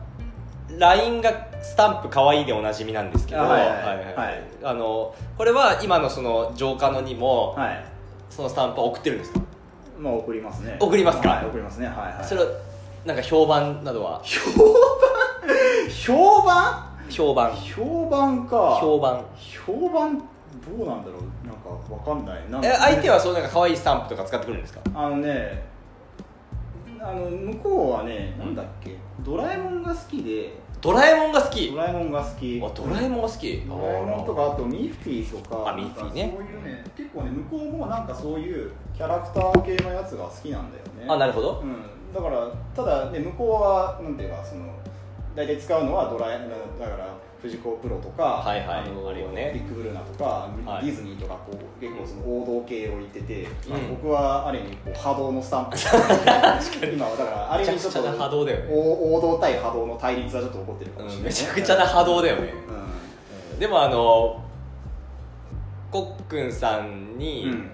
S1: LINE がスタンプ可愛いでおなじみなんですけど
S2: あ
S1: は
S2: はいい
S1: は
S2: はい
S1: い
S2: は
S1: はいいあのこれは今のその浄化のにも
S2: はい
S1: そのスタンプは送ってるんですか
S2: まあ送りますね
S1: 送りますか
S2: はい送りますねはいはい
S1: それはなんか評判などは
S2: 評判
S1: 評判
S2: 評判か
S1: 評判
S2: 評判どうなんだろうなんかわかんないなんか
S1: え相手はそうなんか可愛いスタンプとか使ってくるんですか
S2: あのねあの向こうはねなんだっけドラえもんが好きで
S1: ドラえもんが好き
S2: ドラえもんが好き
S1: あドラえもんが好き
S2: ドラえもんとかあとミッフィーとか
S1: あミッフィーね
S2: なんかそういうね結構ね向こうもなんかそういうキャラクター系のやつが好きなんだよね
S1: あなるほど
S2: うん、だからただ、ね、向こうはなんていうかその大体使うのはドラえだから藤子プロとか、
S1: はいはい
S2: あの
S1: あるよね
S2: ビッグブルーナとか、
S1: はい
S2: ディズニーとかこう結構その王道系を言ってて、まあ
S1: うん
S2: 僕はある意味こう波動のスタン プ今はだからある
S1: め
S2: 意
S1: ちゃ
S2: 味
S1: く
S2: ちょっ
S1: ち
S2: と
S1: ゃな波動だよね、
S2: お王道対波動の対立はちょっと起こってるか もし
S1: う
S2: れ
S1: ん、
S2: ない、
S1: めちゃくちゃな波動だよね
S2: う
S1: でもあのコックンさんに、
S2: ん、うん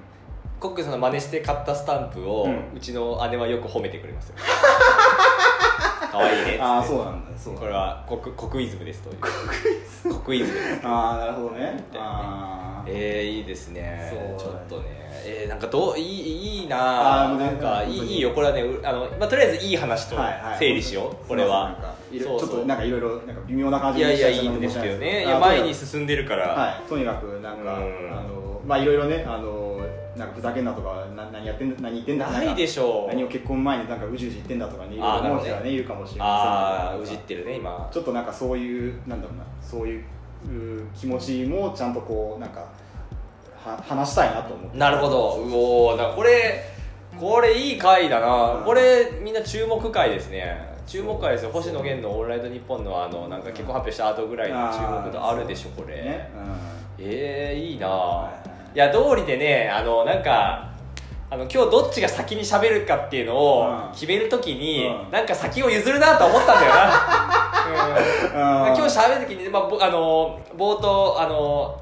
S1: コックンさんの真似して買ったスタンプを、
S2: う
S1: うんちの姉はよく褒めてくれますよ可愛いねっつって
S2: ああそうなんだそう
S1: これはコクコクイズムですというコクイズムです
S2: ああなるほどねあー
S1: えー、いいですねち
S2: そ
S1: ょ
S2: う
S1: っとねえー、なんかどういいいいな
S2: あー
S1: あ
S2: もう
S1: な
S2: 全
S1: ん
S2: 然
S1: かい
S2: 本当に
S1: いいいよこれはねうあの、まあ、とりあえずいい話と整理しよう、これ
S2: なん
S1: は
S2: かいろ
S1: そうそう
S2: ちょっとなんかいろいろなんか微妙な感
S1: い
S2: じ
S1: やいや
S2: し
S1: い
S2: ちゃっ
S1: い
S2: たの
S1: ん
S2: かも
S1: で
S2: し
S1: す
S2: れな
S1: けどねい
S2: あ
S1: や
S2: とに
S1: 前に進んでるから、
S2: はいとにかくなんかあ
S1: うん
S2: のまあいろいろねあのなんかふざけんなとかな何やってんだ何言ってんだ
S1: ないで
S2: し
S1: しょ
S2: 何を
S1: う
S2: 結婚前になんかうじうじ言ってんだとかねいろいろ
S1: あーなる
S2: 思う
S1: ほど
S2: 人
S1: ね
S2: がねいるかもしれま
S1: ああうじ
S2: せん
S1: ってるね今
S2: ちょっとなんかそういうなんだろうなそういうう気持ちもちゃんとこうなんかは話したいなと思って
S1: なるほどうおーだからこれこれいい回だな、
S2: うん
S1: これみんな注目回ですね注目回ですよ星野源の「オールナイトニッポン」のあのなんか結婚発表した後ぐらいの注目度あるでしょこれ、
S2: ねうん
S1: えー、いいなあ、、
S2: はい
S1: や道理でねあのなんかあの今日どっちが先に喋るかっていうの
S2: うん
S1: を決めるときに、
S2: うん
S1: なんか先を譲るなと思ったんだよな、うん今
S2: 今
S1: 日喋るときに、まあ、ぼあの冒頭あの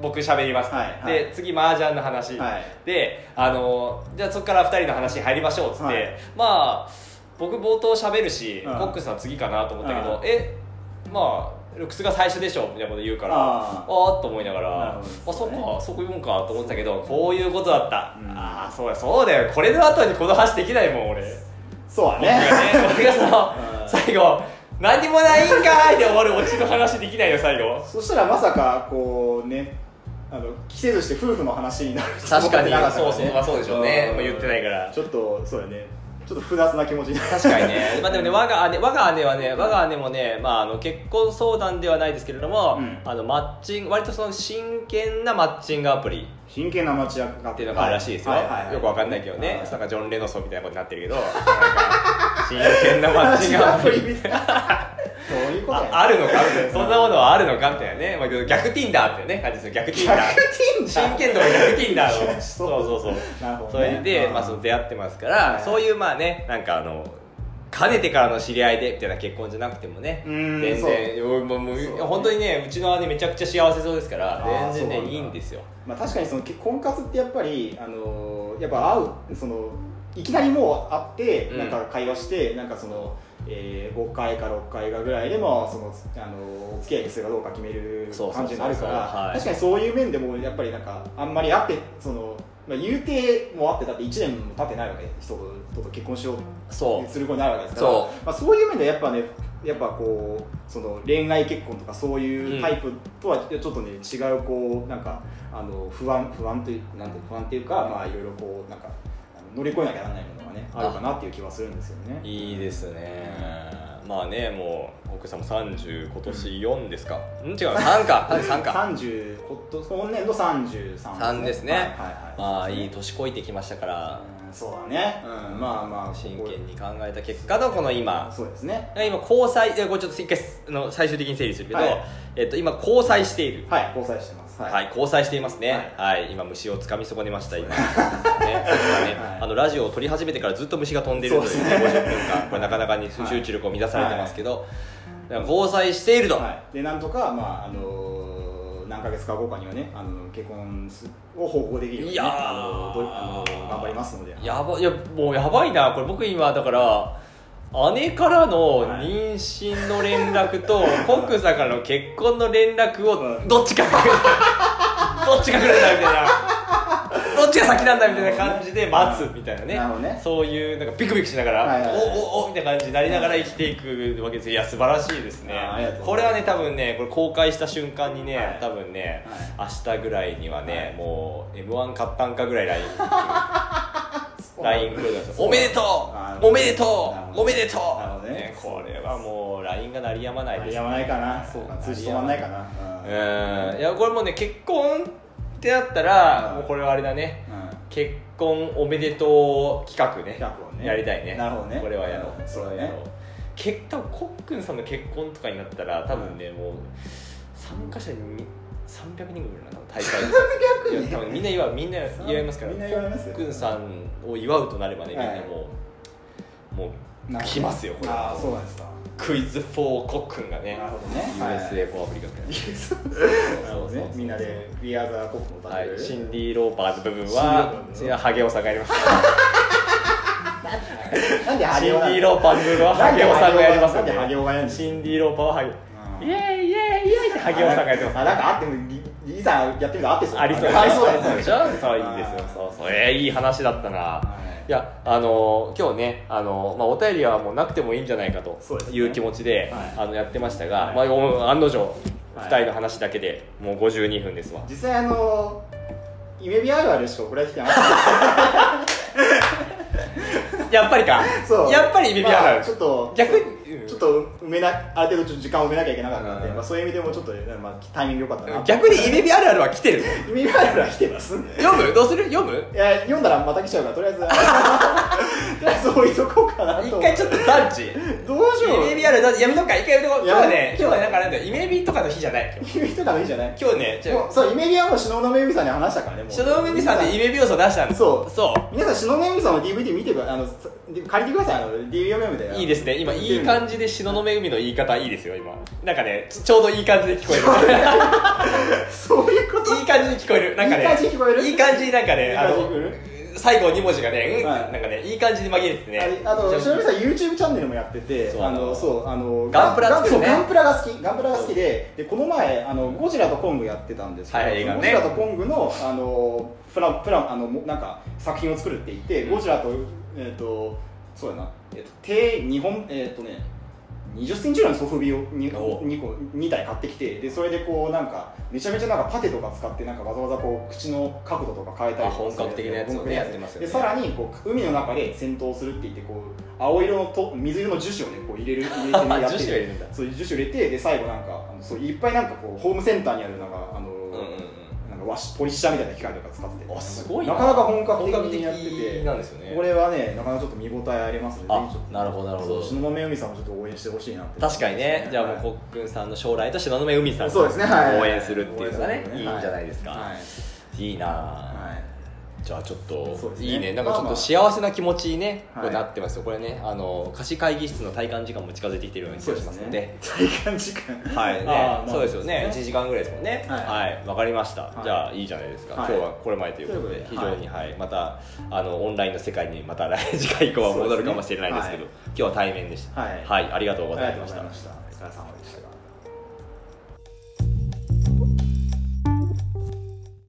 S1: 僕喋ります、
S2: はいはい
S1: で次麻雀の話、
S2: はい
S1: であのじゃあそこから2人の話に入りましょうっつって、
S2: はい
S1: まあ僕冒頭喋るし、
S2: うん
S1: コックさんは次かなと思ったけど、
S2: うん
S1: えまあルックスが最初でしょみたいなこと言うから
S2: あ
S1: あ
S2: ー
S1: あーっと思いなが
S2: なる
S1: ら
S2: ほ
S1: あ
S2: ど
S1: そう
S2: ですね
S1: かそういうもんかと思ってたけどこういうことだった、
S2: うん
S1: ああそうだそうだよこれの後にこの話できないもん俺
S2: そうだ
S1: 僕 がね
S2: ね
S1: 僕がその、
S2: うん
S1: 最後何にもないんかいで終わるオチの話できないよ最後
S2: そしたらまさかこうねあの着せずして夫婦の話になると思
S1: 確
S2: って
S1: かに
S2: なったら
S1: そうそうまあそうでしょうねまあ言ってないから
S2: ちょっとそうだねちょっと複雑な気持ちに
S1: 確かに ね、まあ、でもね我が姉我が姉はね我が姉もね、まあ、あの結婚相談ではないですけれども、
S2: うん
S1: あのマッチング割とその真剣なマッチングアプリ
S2: 真剣な町役が
S1: っていうのがあるらしいですよ、
S2: ははは
S1: よくわかんないけどね、
S2: はい
S1: なんかジョン・レノソンみたいなことになってるけどなんか真剣なマッチングアプリ
S2: マッチングアプリみたいなそういうこと
S1: あ
S2: や
S1: あるのかみたいなそんなものはあるのかみたいなね、まあ、逆 Tinder っていうね感じですよ逆 Tinder 真剣度が逆 Tinder の そうそうそう
S2: なるほど
S1: そ
S2: ね
S1: れで、まあ、その出会ってますから、
S2: はい
S1: そういうまあねなんかあのかねてからの知り合いでみたいな結婚じゃなくてもね
S2: うん
S1: 全然もうもうもう
S2: そう
S1: 本当にねうちの姉めちゃくちゃ幸せそうですか
S2: あ
S1: ら
S2: ー
S1: 全
S2: そ
S1: 然
S2: うなん
S1: ね
S2: だ
S1: いいんですよ
S2: まあ、確かにその結婚活ってやっぱり、あのーやっぱ会うそのいきなりもう会って
S1: うん
S2: なんか会話して、なんかその、えー、5回か6回かぐらいでもその、あのーお付き合いするかどうか決める
S1: そうそうそうそう
S2: 感じになるから
S1: はい
S2: 確かにそういう面でもやっぱりなんかあんまり会ってその、まあ、言うても会ってだって1年も経ってないわけ人とと結婚しよう
S1: そ
S2: する子になるわけですから
S1: そ
S2: まあ、そういう面ではやっぱねやっぱこうその恋愛結婚とかそういうタイプとはちょっとね違うこうなんかあの不安不安というなんて不安っていうかまあいろいろこうなんかあの乗り越えなきゃならないものがねあるかなっていう気はするんですよね
S1: う。いいですねまあねもう奥さんも30今年4ですか、うん、違う3か3か
S2: 三十今年今年度三十
S1: 三ですね
S2: はいはいはい。
S1: まあいい年こいてきましたから
S2: うんそうだね。うんまあまあ
S1: 真
S2: ここ
S1: 剣に考えた結果のこの今
S2: そうですね。
S1: 今交際えこれちょっと一回あの最終的に整理するけど、
S2: はい
S1: えっと、今交際している
S2: はい交際してます。
S1: はい、交際していますねはい、今虫をつかみ損ねま した今、ねそうですね
S2: はい
S1: あのラジオを撮り始めてからずっと虫が飛んでるという
S2: そうですね
S1: 50分間これなかなかに集中力を乱されてますけど、だから交際していると、
S2: はい、でなんとか、まああのー何ヶ月か後かにはねあの結婚すを報告できるように、ね、
S1: いやー
S2: あのどあの頑張りますので
S1: やばいやもうやばいなこれ僕今だから姉からの妊娠の連絡 と、コックさんからの結婚の連絡
S2: う
S1: を
S2: ん
S1: どっちかく れたどっちかくれたみたいなどっちが先なんだみたいな感じで待つみたいなね
S2: なるほどね
S1: そういうなんかビクビクしながら、
S2: はいはいはい
S1: おおおみたいな感じになりながら生きていくわけですよいや素晴らしいですね
S2: あーありがとうご
S1: こ
S2: ざ
S1: れ
S2: います
S1: はね多分ねこれ公開した瞬間にね、
S2: はい
S1: 多分ね、
S2: は
S1: 明日ぐらいにはね、
S2: はい
S1: もう m 1買ったんかぐらい LINE
S2: そう
S1: LINE 来るんです
S2: そう
S1: おめでと
S2: あ
S1: う
S2: ー
S1: おめでと
S2: なるほ
S1: う
S2: ど
S1: おめでと
S2: なるほ
S1: う、
S2: どね
S1: これはもう LINE が鳴りやまないです
S2: やまないかなそうか通じ止まんないかな
S1: う
S2: うん
S1: んいやこれもうね結婚ってなったら、
S2: うん
S1: もうこれはあれだね
S2: うん
S1: 結婚おめでとう企画ね
S2: 企画をね
S1: やりたいね
S2: なるほどね
S1: これはやろう、
S2: うんそうだね
S1: これはやろう結多分コックンさんの結婚とかになったら多分ね、もう参加者に300人ぐらいかな大会
S2: 人
S1: いや多分みんな祝うみんな祝いますから
S2: みんな祝います
S1: コックンさんを祝うとなればねみん
S2: はい
S1: なもう、もう
S2: なるほど
S1: 来ますよこれ
S2: ああそう
S1: は
S2: なんですか
S1: クイズ4コックンがね
S2: なるほどね
S1: USA フォーアフリカみたいな
S2: なるほどねみんなで「We are the Pop」を歌
S1: は
S2: って
S1: い、
S2: る
S1: シンディ・ローパーズ部分は
S2: シンディローパーズ
S1: いやハゲオさんがやります
S2: なんで
S1: シ
S2: ハ
S1: ンデ
S2: ゲオ
S1: ィ・ローパーズ部分はハゲオさんがやりますよ
S2: なんでハゲオがやる
S1: ね
S2: の
S1: シンディ・ローパーはハゲイ
S2: うん
S1: エーイイエーイイエーイってハゲオさんがやってます
S2: あなんかあってもいいざやってみたらあってそう
S1: ありそう
S2: ありそう
S1: でしょそういいですよ
S2: あー
S1: そうそうえー、いい話だったな
S2: はい
S1: いやあのー今日ね、あのーまあ、お便りはもうなくてもいいんじゃないかと
S2: そうですね
S1: いう気持ちで
S2: はい
S1: あのやってました
S2: は
S1: が、
S2: い
S1: まあお、案の定
S2: はい
S1: 2人の話だけでもう52分 ですわ
S2: 実際あのイメビあるあるしか送られてきてなかった
S1: やっぱりか やっぱりビビア
S2: ま
S1: な
S2: あちょっと
S1: 逆に
S2: ちょっと埋めなある程度ちょっと時間を埋めなきゃいけなかったんで、
S1: うん
S2: まあ、そういう意味でもちょっと、まあ、タイミング良かったな
S1: 逆にイメビあるあるは来てる
S2: イメビあるあるは来てますい
S1: 読むどうする読む
S2: や読んだらまた来ちゃうからとりあえずとりあえず置いとこうかなと
S1: 一回ちょっと団地イ
S2: どうしよう
S1: メビある団地やめとくか一回やめとこう今日はね
S2: やめと
S1: 今
S2: こ
S1: 日は
S2: う
S1: なんかなんだよイメビとかの日じゃない今日
S2: イメビとかのいいじゃない
S1: 今日ねち
S2: も
S1: ょ
S2: うそうイメビはもう篠のめみさんに話したからねもう
S1: 書道メビさんでイメビ要素出したんです
S2: そう
S1: そう
S2: 皆さん篠めみさんの DVD 見てくだあのさ借りてくださいあの DVD メモで
S1: いいですね今いい
S2: じ
S1: 感じで篠の恵みの言い方いいですよ今なんかねちょちょうどいい感じで聞こえる
S2: そういうこと
S1: いい感じに聞こえるなんかね
S2: いい感じに聞こえる
S1: いい感じになんか
S2: い
S1: ね
S2: い
S1: あ
S2: 感じに
S1: の
S2: 聞こ
S1: 最後2文字がね、うん、
S2: はい
S1: なんかねいい感じに紛れてね
S2: ああと、しのびさん、YouTube チャンネルもやってて、あのそうあのガンプラそうガンプラが好き、ガンプラが好きで、でこの前あの、ゴジラとコングやってたんですけど、ゴジラとコングのあのプラプラあのなんか作品を作るって言って、ゴジラと、えっとそうやな、えっと手日本、えっとね、20センチぐらいのソフビを 2,
S1: お
S2: 個2台買ってきてでそれでこうなんかめちゃめちゃなんかパテとか使ってなんかわざわざこう口の角度とか変えたりとか
S1: あ本格的なやつをね
S2: 本格的な
S1: やってますよね
S2: でさらにこう海の中で戦闘するって言ってこう青色のと水色の樹脂をねこう入れる入れて、ね、やっ
S1: 樹脂
S2: て
S1: を入れるんだ
S2: そう樹脂を入れてで最後なんかあのそういっぱいなんかこうホームセンターにあるなんかあの、
S1: うんうん
S2: なんか和紙ポリッシャーみたいな機械とか使って
S1: うんあすごい
S2: なかなか本格的にやって
S1: 本格
S2: て
S1: 的なんですよね
S2: これはねなかなかちょっと見応えありますね
S1: あ
S2: ぜひちょっと
S1: なるほどなるほど
S2: そう東雲由美さんもちょっと応援してほしいなって
S1: 確かにね、じゃあもう
S2: はい
S1: コックンさんの将来と東雲海さんを
S2: そうですねはい
S1: 応援するっていうのがね、
S2: 応援する
S1: いい
S2: ね
S1: んじゃないですか、
S2: はい
S1: い、いなぁ、
S2: はい
S1: じゃあちょっと
S2: そうですね
S1: いいねなんかちょっ
S2: まあま
S1: と
S2: あ
S1: 幸せな気持ちにね、
S2: はい
S1: こうなってますよこれねあの貸し会議室の体感時間も近づいてきてるような気がしますので
S2: 体感時間
S1: はいね、
S2: あーまあ
S1: そうですよね1時間ぐらいですもんね
S2: はい
S1: はいわ、かりました、
S2: はい
S1: じゃあいいじゃないですか、
S2: はい
S1: 今日はこれまでということで
S2: というこ
S1: 非
S2: とで
S1: 常に、はいまたあのオンラインの世界にまた来次回以降は戻るかもしれないですけど
S2: そう
S1: 今日は対面でした
S2: はい
S1: はい、ありがとうございまし
S2: ありがとうござい
S1: た
S2: ましたお疲れ様でした